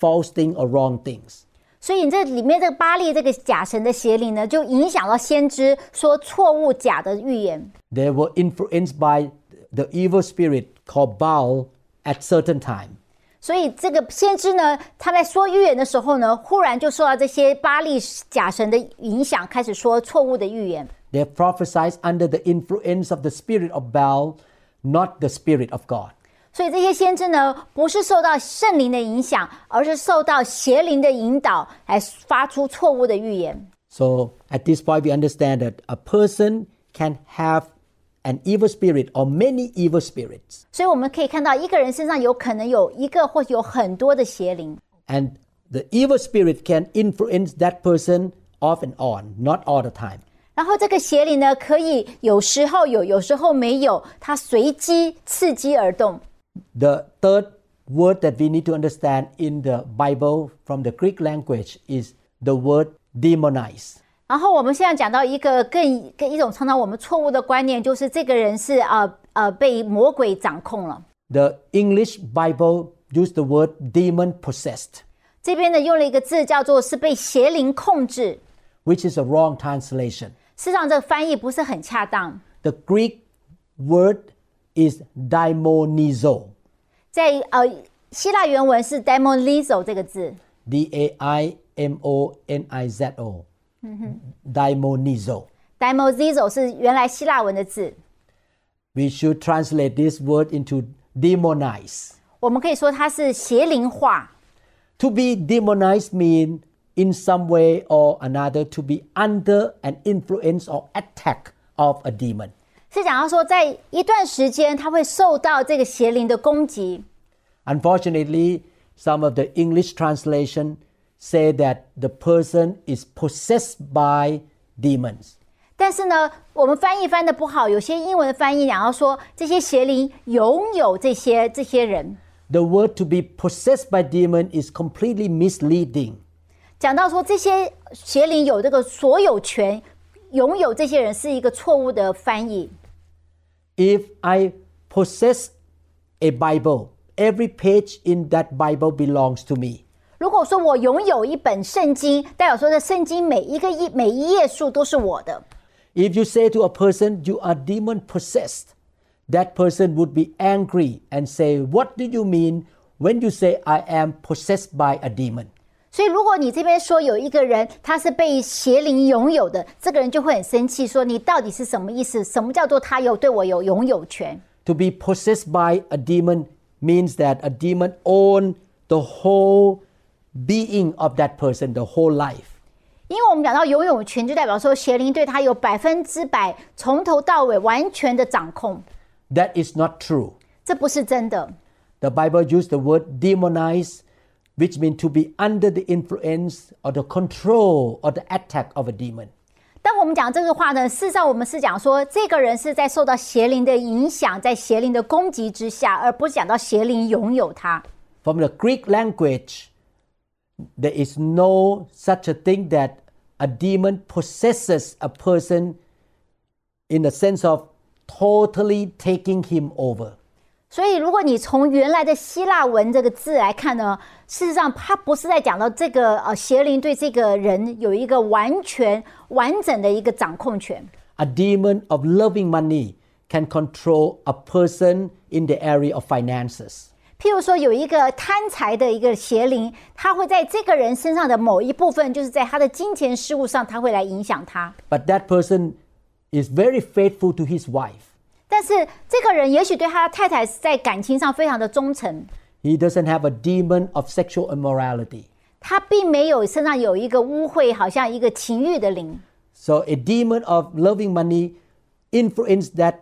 S1: false thing or wrong things.
S2: 所以这里面这个巴利这个假神的邪灵呢，就影响到先知说错误假的预言。
S1: They were influenced by the evil spirit called Baal at certain time.
S2: 所以这个先知呢，他在说预言的时候呢，忽然就受到这些巴利假神的影响，开始说错误的预言。
S1: They prophesied under the influence of the spirit of Baal, not the spirit of God.
S2: 所以这些先知呢，不是受到圣灵的影响，而是受到邪灵的引导，来发出错误的预言。
S1: So at this point, we understand that a person can have an evil spirit or many evil spirits,
S2: 所以我们可以看到，一个人身上有可能有一个或有很多的邪灵，
S1: and the evil spirit can influence that person off and on, not all the time.
S2: 然后这个邪灵呢，可以有时候有，有时候没有，它随机刺激而动。
S1: The third word that we need to understand in the Bible from the Greek language is the word demonize.
S2: 然后我们现在讲到一个更更一种常常我们错误的观念，就是这个人是呃呃被魔鬼掌控了。
S1: The English Bible used the word demon possessed.
S2: 这边呢用了一个字叫做是被邪灵控制，
S1: which is a wrong translation.
S2: 事实上这个翻译不是很恰当。
S1: The Greek word is daimonizo,
S2: 在呃希腊原文是 demonizo 这个字，
S1: D A I M O N I Z O. Daimonizo.
S2: demonizo 是原来希腊文的字，
S1: We should translate this word into demonize.
S2: 我们可以说它是邪灵化。
S1: To be demonized means in some way or another to be under an influence or attack of a demon.
S2: 是讲到说，在一段时间，他会受到这个邪灵的攻击。
S1: Unfortunately, Some of the English translation say that the person is possessed by demons.
S2: 但是呢，我们翻译翻的不好，有些英文的翻译然后说这些邪灵拥有这些这些人。
S1: The word to be possessed by demon is completely misleading.
S2: 讲到说这些邪灵有这个所有权，拥有这些人是一个错误的翻译。
S1: If I possess a Bible, every page in that Bible belongs to me.
S2: 如果说我拥有一本圣经，代表说这圣经每一个一每一页数都是我的。
S1: If you say to a person, you are demon possessed, that person would be angry and say, What do you mean when you say I am possessed by a demon?
S2: 所以，如果你这边说有一个人他是被邪灵拥有的，这个人就会很生气，说你到底是什么意思？什么叫做他有对我有拥有权？
S1: To be possessed by a demon means that a demon owns the whole being of that person, the whole life.
S2: 因为我们讲到拥有权，就代表说邪灵对他有百分之百从头到尾完全的掌控，
S1: That is not true.
S2: 这不是真的。
S1: The Bible used the word demonize, which means to be under the influence or the control or the attack of a demon.
S2: 当我们讲这个话呢，事实上我们是讲说这个人是在受到邪灵的影响，在邪灵的攻击之下，而不是讲到邪灵拥有他。
S1: From the Greek language, there is no such a thing that a demon possesses a person in the sense of totally taking him over.
S2: 所以，如果你从原来的希腊文这个字来看呢，事实上它不是在讲到这个呃邪灵对这个人有一个完全完整的一个掌控权。
S1: A demon of loving money can control a person in the area of finances.
S2: 譬如说，有一个贪财的一个邪灵，他会在这个人身上的某一部分，就是在他的金钱事务上，他会来影响他。
S1: But that person is very faithful to his wife.
S2: 但是这个人也许对他的太太在感情上非常的忠诚，
S1: He doesn't have a demon of sexual immorality.
S2: 他并没有身上有一个污秽，好像一个情欲的灵。
S1: So a demon of loving money influenced that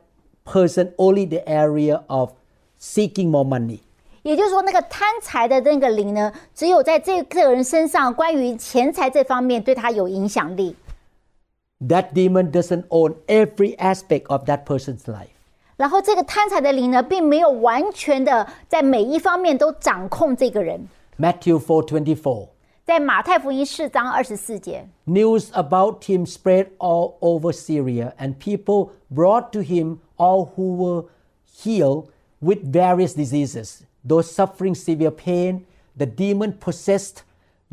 S1: person only the area of seeking more money.
S2: 也就是说，那个贪财的那个灵呢，只有在这这个人身上，关于钱财这方面对他有影响力。
S1: That demon doesn't own every aspect of that person's life.
S2: 然后，这个贪财的灵呢，并没有完全的在每一方面都掌控这个人。
S1: Matthew 4:24.
S2: 在马太福音四章二十四节，
S1: News about him spread all over Syria and people brought to him all who were healed with various diseases, those suffering severe pain, the demon possessed,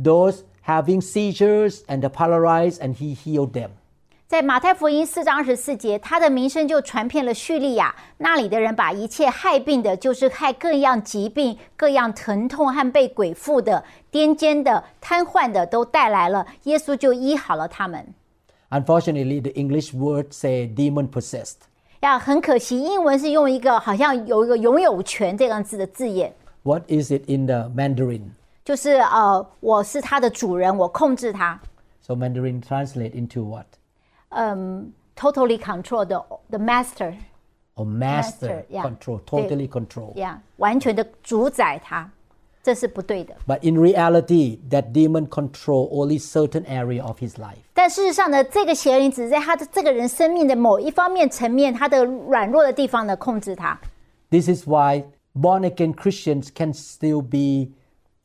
S1: those having seizures and the paralyzed and he healed them.
S2: 在马太福音四章二十四节，他的名声就传遍了叙利亚，那里的人把一切害病的，就是害各样疾病、各样疼痛和被鬼附的、癫痫的、瘫痪的，都带来了，耶稣就医好了他们。
S1: Unfortunately, the English word say demon possessed.
S2: 呀，很可惜，英文是用一个好像有一个拥有权这样子的字眼，
S1: What is it in the Mandarin?
S2: 就是呃，我是他的主人，我控制他，
S1: So Mandarin translate into what?
S2: 嗯，totally control the the master，
S1: Or master,
S2: Master, yeah.
S1: control, totally control.
S2: 呀、完全的主宰他，这是不对的。
S1: But in reality, that demon control only certain area of his life.
S2: 但事实上呢，这个邪灵只是在他的这个人生命的某一方面层面，他的软弱的地方呢控制他。
S1: This is why born again Christians can still be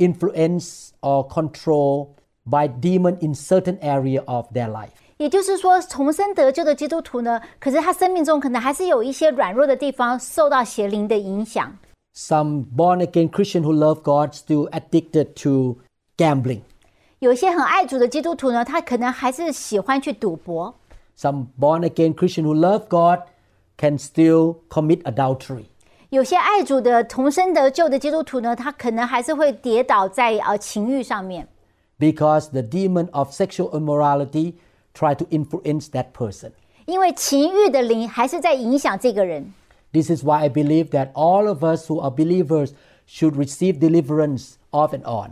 S1: influenced or controlled by demon in certain area of their life.
S2: 也就是说，重生得救的基督徒呢，可是他生命中可能还是有一些软弱的地方受到邪灵的影响。
S1: Some born again Christian who love God still addicted to gambling.
S2: 有一些很爱主的基督徒呢，他可能还是喜欢去赌博；
S1: Some born again Christian who love God can still commit adultery.
S2: 有些爱主的重生得救的基督徒呢，他可能还是会跌倒在呃情欲上面，
S1: because the demon of sexual immorality try to influence that person.
S2: 因为情欲的灵还是在影响这个人。
S1: This is why I believe that all of us who are believers should receive deliverance off and on.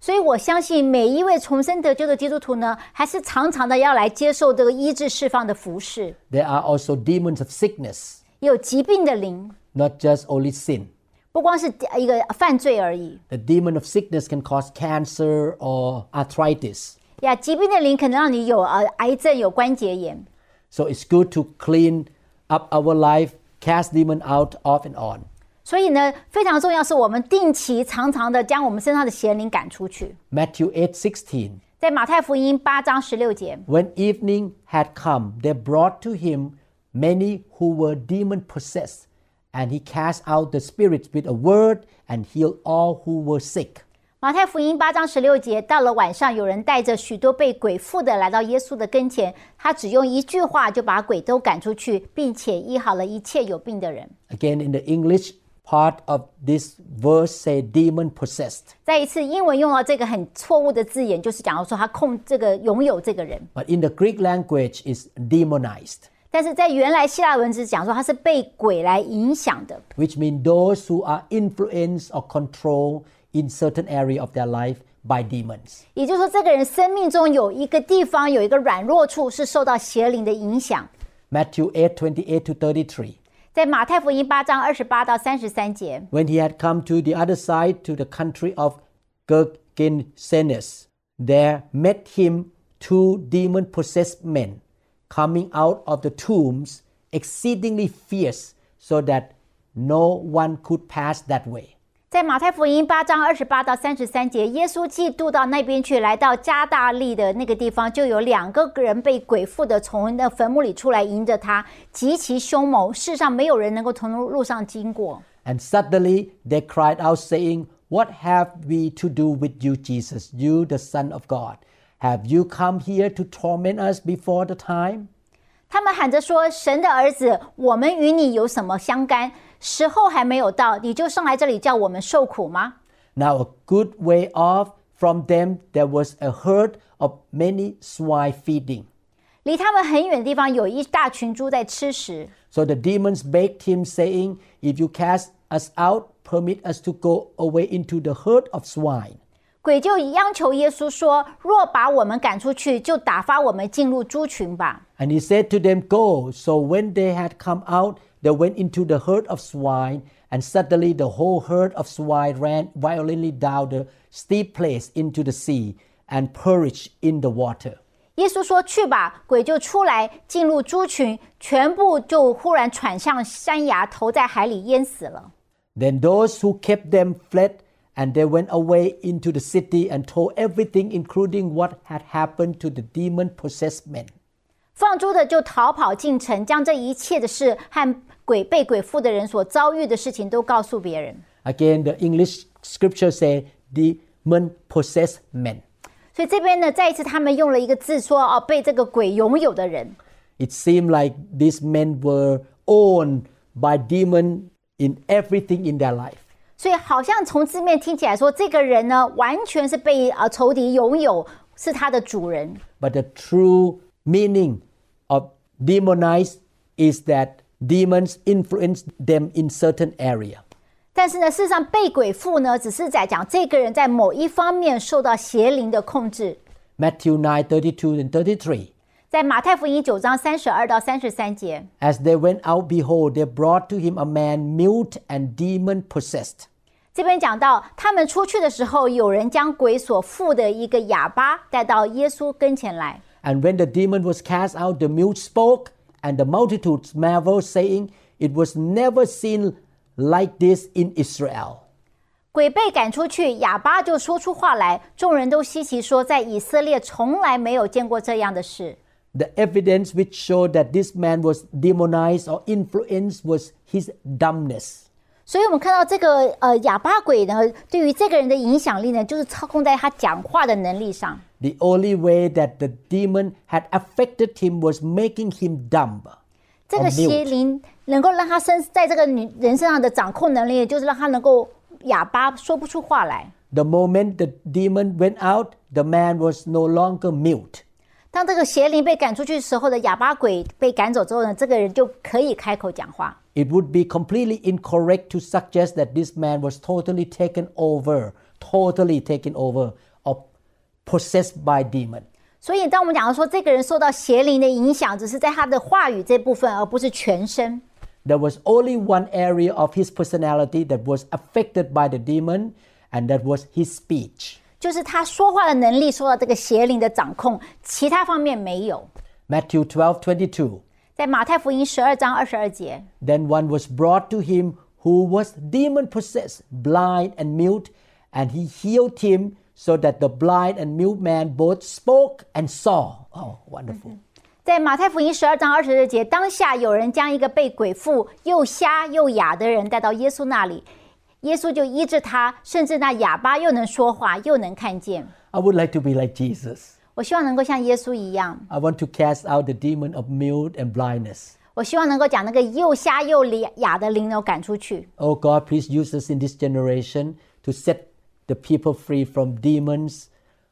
S2: 所以我相信每一位重生得救的基督徒呢，还是常常的要来接受这个医治释放的服饰，
S1: There are also demons of sickness,
S2: 也有疾病的灵，
S1: not just only sin.
S2: 不光是呃一个犯罪而已
S1: The demon of sickness can cause cancer or arthritis.
S2: 呀。疾病的灵可能让你有呃癌症、有关节炎，
S1: So it's good to clean up our life, cast demon out off and on.
S2: 所以呢，非常重要是我们定期常常的将我们身上的邪灵赶出去。
S1: Matthew 8:16.
S2: 在马太福音八章十六节，
S1: When evening had come, they brought to him many who were demon possessed, and he cast out the spirits with a word and healed all who were sick.
S2: 马太福音八章十六节，到了晚上，有人带着许多被鬼附的来到耶稣的跟前，他只用一句话就把鬼都赶出去，并且医好了一切有病的人。
S1: Again, in the English part of this verse, say demon possessed.
S2: 再一次，英文用到这个很错误的字眼，就是讲到说他控这个拥有这个人，
S1: But in the Greek language, it's demonized,
S2: 但是在原来希腊文只讲说他是被鬼来影响的，
S1: which means those who are influenced or controlled in certain area of their life by demons.
S2: 也就是说，这个人生命中有一个地方有一个软弱处是受到邪灵的影响。
S1: Matthew 8, 28 to 33.
S2: 在马太福音八章二十八到三十三节，
S1: When he had come to the other side to the country of Gergesenes, there met him two demon possessed men coming out of the tombs, exceedingly fierce, so that no one could pass that way.
S2: 在马太福音八章二十八到三十三节，耶稣嫉妒到那边去，来到加大利的那个地方，就有两个人被鬼附的从那坟墓里出来，迎着他，极其凶猛，世上没有人能够从路上经过。
S1: And suddenly they cried out, saying, What have we to do with you, Jesus, you the Son of God? Have you come here to torment us before the time?
S2: 他们喊着说：“神的儿子，我们与你有什么相干？时候还没有到，你就上来这里叫我们受苦吗
S1: Now, a good way off from them, there was a herd of many swine feeding.？”
S2: 离他们很远的地方有一大群猪在吃食，
S1: So the demons begged him, saying, If you cast us out, permit us to go away into the herd of swine.
S2: 鬼就央求耶稣说：“若把我们赶出去，就打发我们进入猪群吧。
S1: And he said to them, Go. So when they had come out, they went into the herd of swine, and suddenly the whole herd of swine ran violently down the steep place into the sea and perished in the water. ”
S2: 耶稣说：“去吧。”鬼就出来，进入猪群，全部就忽然窜向山崖，投在海里淹死了。
S1: Then those who kept them fled, and they went away into the city and told everything, including what had happened to the demon possessed men.
S2: 放猪的就逃跑进城，将这一切的事和鬼被鬼附的人所遭遇的事情都告诉别人。
S1: Again, the English scripture say demon possessed men.
S2: 所以这边呢，再一次他们用了一个字说哦，被这个鬼拥有的人。
S1: It seemed like these men were owned by demon in everything in their life.
S2: 所以好像从字面听起来说，这个人呢，完全是被呃仇敌拥有，是他的主人。
S1: But the true meaning of demonized is that demons influence them in certain area.
S2: 但是呢，事实上被鬼附呢，只是在讲这个人在某一方面受到邪灵的控制。
S1: Matthew 9, 32 and 33.
S2: 在马太福音九章三十二到三十三节，
S1: As they went out, behold, they brought to him a man mute and demon possessed.
S2: 这边讲到，他们出去的时候，有人将鬼所附的一个哑巴带到耶稣跟前来。
S1: And when the demon was cast out, the mute spoke, and the multitudes marveled, saying, It was never seen like this in Israel.
S2: 鬼被赶出去，哑巴就说出话来，众人都稀奇说，在以色列从来没有见过这样的事。
S1: The evidence which showed that this man was demonized or influenced was his dumbness.
S2: 所以，我们看到这个呃哑巴鬼呢，对于这个人的影响力呢，就是操控在他讲话的能力上。
S1: The only way that the demon had affected him was making him dumb.
S2: 这个
S1: or
S2: 邪
S1: mute.
S2: 灵能够让他身在这个女人身上的掌控能力，就是让他能够哑巴说不出话来。
S1: The moment the demon went out, the man was no longer mute.
S2: 当这个邪灵被赶出去时候的哑巴鬼被赶走之后呢，这个人就可以开口讲话。
S1: It would be completely incorrect to suggest that this man was totally taken over, totally taken over, or possessed by demon.
S2: 所以，当我们讲到说这个人受到邪灵的影响，只是在他的话语这部分，而不是全身。
S1: There was only one area of his personality that was affected by the demon, and that was his speech.
S2: 就是他说话的能力受到这个邪灵的掌控，其他方面没有。
S1: Matthew 12 22.
S2: 在马太福音十二章二十二节，
S1: Then one was brought to him who was demon possessed, blind and mute, and he healed him so that the blind and mute man both spoke and saw. Oh, wonderful.
S2: 在马太福音十二章二十二节，当下有人将一个被鬼附、又瞎又哑的人带到耶稣那里，耶稣就医治他，甚至那哑巴又能说话，又能看见。
S1: I would like to be like Jesus.
S2: 我希望能够像耶稣一样，
S1: I want to cast out the demon of mute and blindness.
S2: 我希望能够将那个又瞎又哑的灵能赶出去。
S1: Oh God, please use us in this generation to set the people free from demons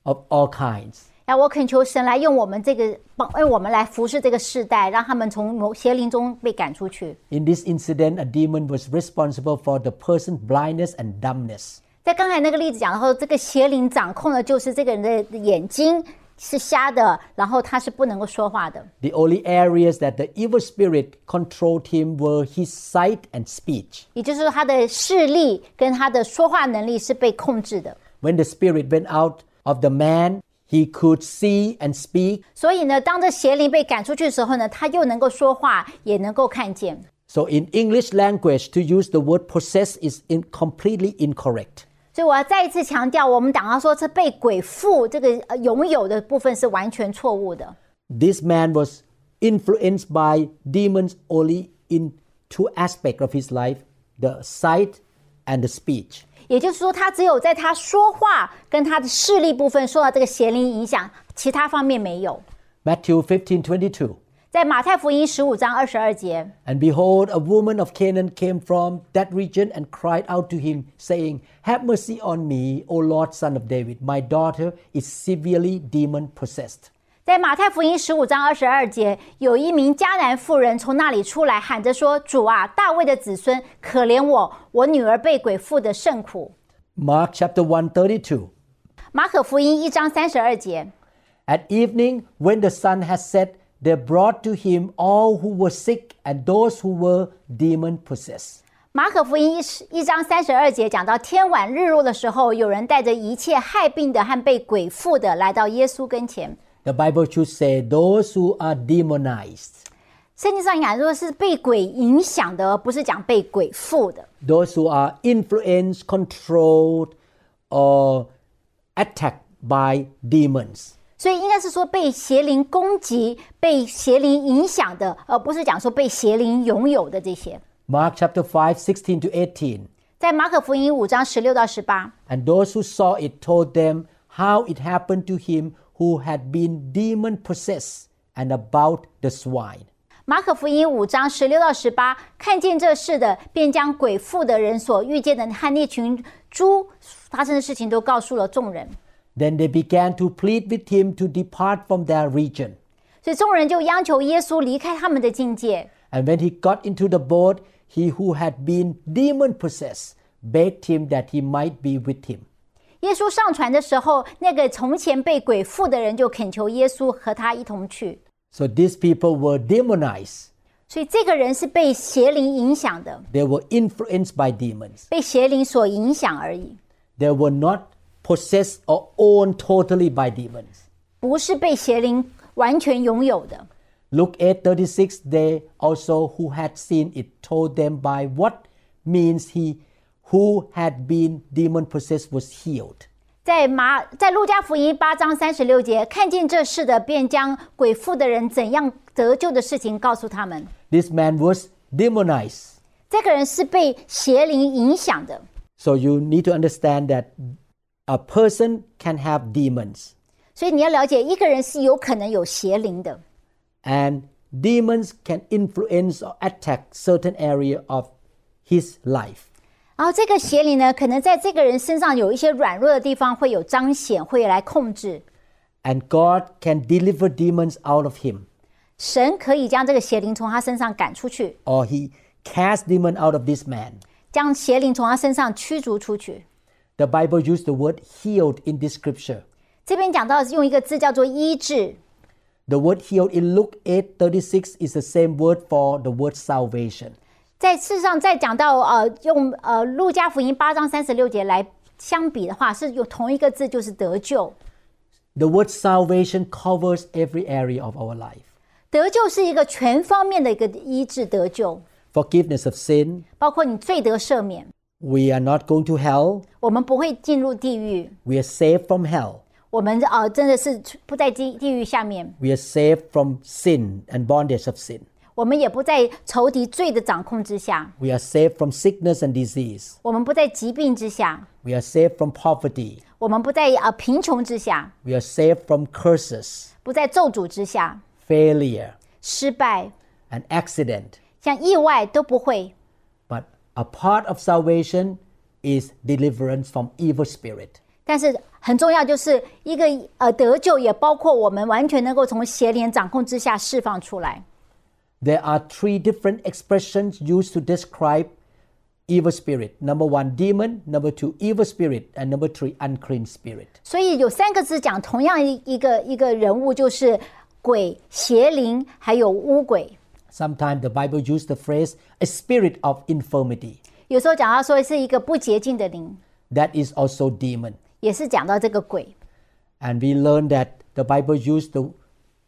S1: of all kinds.
S2: 那我恳求神来用我们这个帮，用我们来服侍这个世代，让他们从某邪灵中被赶出去。
S1: In this incident, a demon was responsible for the person's blindness and dumbness.
S2: 在刚才那个例子讲到，这个邪灵掌控的就是这个人的眼睛是瞎的，然后他是不能够说话的。
S1: The only areas that the evil spirit controlled him were his sight and speech.
S2: 也就是说，他的视力跟他的说话能力是被控制的。
S1: When the spirit went out of the man, he could see and speak.
S2: 所以呢，当这邪灵被赶出去的时候呢，他又能够说话，也能够看见。
S1: So, in English language, to use the word possess is in completely incorrect.
S2: 所以我要再一次强调，我们党上说这被鬼附这个呃拥有的部分是完全错误的。
S1: This man was influenced by demons only in two aspects of his life the sight and the speech.
S2: 也就是说，他只有在他说话跟他的视力部分受到这个邪灵影响，其他方面没有。
S1: Matthew 15 22.
S2: 在马太福音十五章二十二节，
S1: And behold, a woman of Canaan came from that region and cried out to him, saying, Have mercy on me, O Lord, son of David. My daughter is severely demon possessed.
S2: 在马太福音十五章二十二节，有一名迦南妇人从那里出来，喊着说：“主啊，大卫的子孙，可怜我，我女儿被鬼附的甚苦。
S1: Mark chapter 1 32. ”
S2: 马可福音一章三十二节，
S1: At evening, when the sun had set, they brought to him all who were sick and those who were demon possessed.
S2: 马可福音一十一章三十二节讲到，天晚日落的时候，有人带着一切害病的和被鬼附的来到耶稣跟前。
S1: The Bible should say, Those who are demonized,
S2: 圣经上讲说是被鬼影响的，而不是讲被鬼附的。
S1: those who are influenced, controlled, or attacked by demons.
S2: 所以应该是说被邪灵攻击、被邪灵影响的，而不是讲说被邪灵拥有的这些。
S1: Mark chapter 5, 16 to 18.
S2: 在马可福音五章十六到十八，
S1: And those who saw it told them how it happened to him who had been demon possessed and about the swine.
S2: 马可福音五章十六到十八，看见这事的，便将鬼附的人所遇见的和那群猪发生的事情都告诉了众人。
S1: Then they began to plead with him to depart from their region.
S2: 所以众人就央求耶稣离开他们的境界。
S1: And when he got into the boat, he who had been demon possessed begged him that he might be with him.
S2: 耶稣上船的时候，那个从前被鬼附的人就恳求耶稣和他一同去。
S1: So these people were demonized.
S2: 所以这个人是被邪灵影响的，
S1: They were influenced by demons.
S2: 被邪灵所影响而已，
S1: They were not possessed or owned totally by demons.
S2: 不是被邪灵完全拥有的。
S1: Luke 8:36 they also who had seen it told them by what means he who had been demon possessed was healed.
S2: 在马在路加福音八章三十六节，看见这事的，便将鬼附的人怎样得救的事情告诉他们。
S1: This man was demonized.
S2: 这个人是被邪灵影响的，
S1: So you need to understand that a person can have demons
S2: 所以你要了解，一个人是有可能有邪灵的。
S1: and demons can influence or attack certain area of his life.
S2: 然后这个邪灵呢，可能在这个人身上有一些软弱的地方会有彰显，会来控制。
S1: And God can deliver demons out of him
S2: 神可以将这个邪灵从他身上赶出去，
S1: or he cast demon out of this man.
S2: 将邪灵从他身上驱逐出去。
S1: The Bible used the word healed in this scripture.
S2: 这边讲到用一个字叫做医治，
S1: The word healed in Luke 8:36 is the same word for the word salvation.
S2: 在事实上，在讲到呃用呃路加福音八章三十六节来相比的话，是有同一个字，就是得救。
S1: The word salvation covers every area of our life
S2: 得救是一个全方面的一个医治，得救
S1: forgiveness of sin.
S2: 包括你罪得赦免，
S1: We are not going to hell.
S2: 我们不会进入地狱，
S1: We are saved from hell.
S2: 我们呃真的是不在地地狱下面，
S1: We are saved from sin and bondage of sin.
S2: 我们也不在仇敌罪的掌控之下，
S1: We are saved from sickness and disease.
S2: 我们不在疾病之下，
S1: We are saved from poverty.
S2: 我们不在呃贫穷之下，
S1: We are saved from curses,
S2: 不在咒诅之下，
S1: failure,
S2: 失败
S1: and accident.
S2: 像意外都不会。
S1: But a part of salvation is deliverance from evil spirit.
S2: 但是很重要，就是一个呃得救，也包括我们完全能够从邪灵掌控之下释放出来。
S1: There are three different expressions used to describe evil spirit. Number one, demon. Number two, evil spirit. And number three, unclean spirit.
S2: 所以有三个字讲同样一一个一个人物，就是鬼、邪灵还有巫鬼。
S1: Sometimes the Bible uses the phrase a spirit of infirmity.
S2: 有时候讲到说是一个不洁净的灵，
S1: That is also demon.
S2: 也是讲到这个鬼。
S1: And we learn that the Bible used the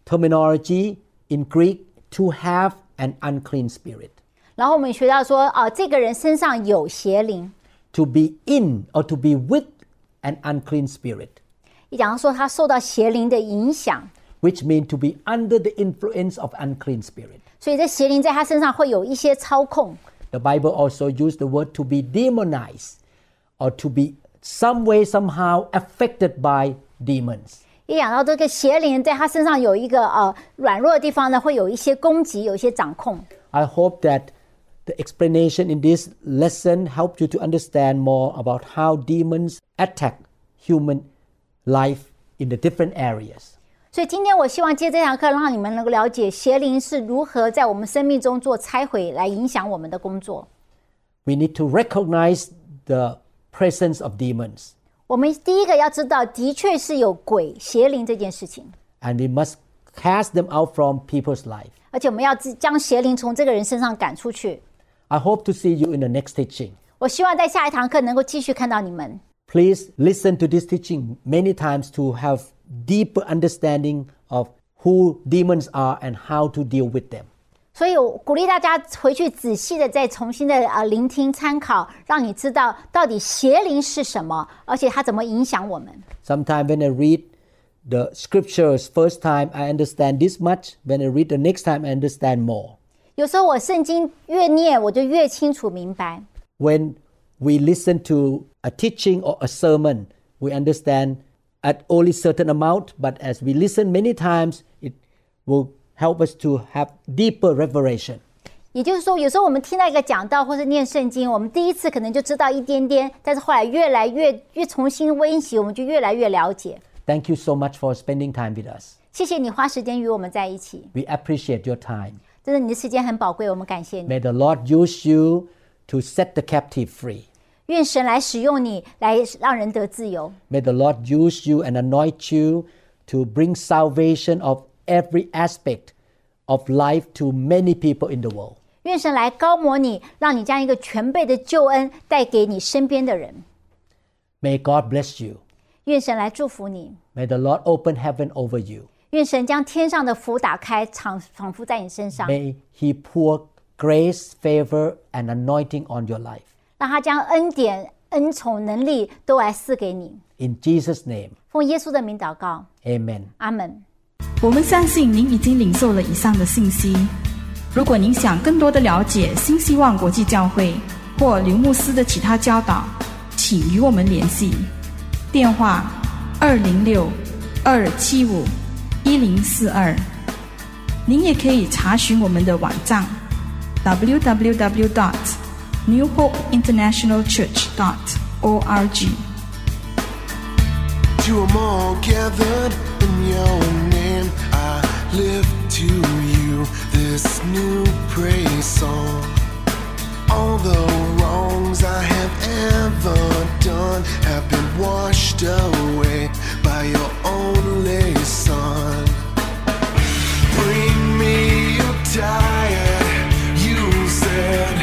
S1: terminology in Greek to have an unclean spirit.
S2: 然后我们学到说，啊，这个人身上有邪灵。
S1: To be in or to be with an unclean spirit,
S2: 一讲到说他受到邪灵的影响，
S1: which means to be under the influence of unclean spirit.
S2: 所以这邪灵在他身上会有一些操控。
S1: The Bible also used the word to be demonized or to be some way somehow affected by demons.
S2: 一讲到这个邪灵在他身上有一个呃软弱的地方呢，会有一些攻击，有一些掌控。
S1: I hope that the explanation in this lesson helped you to understand more about how demons attack human life in the different areas.
S2: 所以今天我希望借这堂课，让你们能够了解邪灵是如何在我们生命中做拆毁，来影响我们的工作。
S1: We need to recognize the presence of demons
S2: 我们第一个要知道，的确是有鬼邪灵这件事情，
S1: and we must cast them out from people's life.
S2: 而且我们要自将邪灵从这个人身上赶出去。
S1: I hope to see you in the next teaching.
S2: 我希望在下一堂课能够继续看到你们。
S1: Please listen to this teaching many times to have deeper understanding of who demons are and how to deal with them.
S2: 所以，我鼓励大家回去仔细的再重新的呃聆听参考，让你知道到底邪灵是什么，而且它怎么影响我们。
S1: Sometimes when I read the scriptures first time, I understand this much. When I read the next time, I understand more.
S2: 有时候我圣经越念，我就越清楚明白。
S1: When we listen to a teaching or a sermon, we understand at only certain amount, but as we listen many times, it will help us to have deeper revelation.
S2: 也就是说，有时候我们听到一个讲道或者念圣经，我们第一次可能就知道一点点，但是后来越来越越重新温习，我们就越来越了解。
S1: Thank you so much for spending time with us.
S2: 谢谢你花时间与我们在一起，
S1: We appreciate your time.
S2: 真的你的时间很宝贵，我们感谢你。
S1: May the Lord use you to set the captive free.
S2: 愿神来使用你，来让人得自由。
S1: May the Lord use you and anoint you to bring salvation of every aspect of life to many people in the world.
S2: 愿神来高摩你，让你将一个全备的救恩带给你身边的人。
S1: May God bless you.
S2: 愿神来祝福你，
S1: May the Lord open heaven over you.
S2: 愿神将天上的福打开，敞仿佛在你身上，
S1: May He pour grace, favor, and anointing on your life.
S2: 让他将恩典、恩宠、能力都来赐给你。
S1: In Jesus' name,
S2: 奉耶稣的名祷告，
S1: amen.
S2: 阿门。
S3: 我们相信您已经领受了以上的信息。如果您想更多的了解新希望国际教会或刘牧师的其他教导，请与我们联系。电话：二零六二七五一零四二。您也可以查询我们的网站 www.dot new hope international church dot org。
S4: To 'em all gathered in your name, I lift to you this new praise song. All the wrongs I have ever done have been washed away by your only son. Bring me your diet, you said.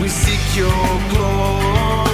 S4: We seek your glory.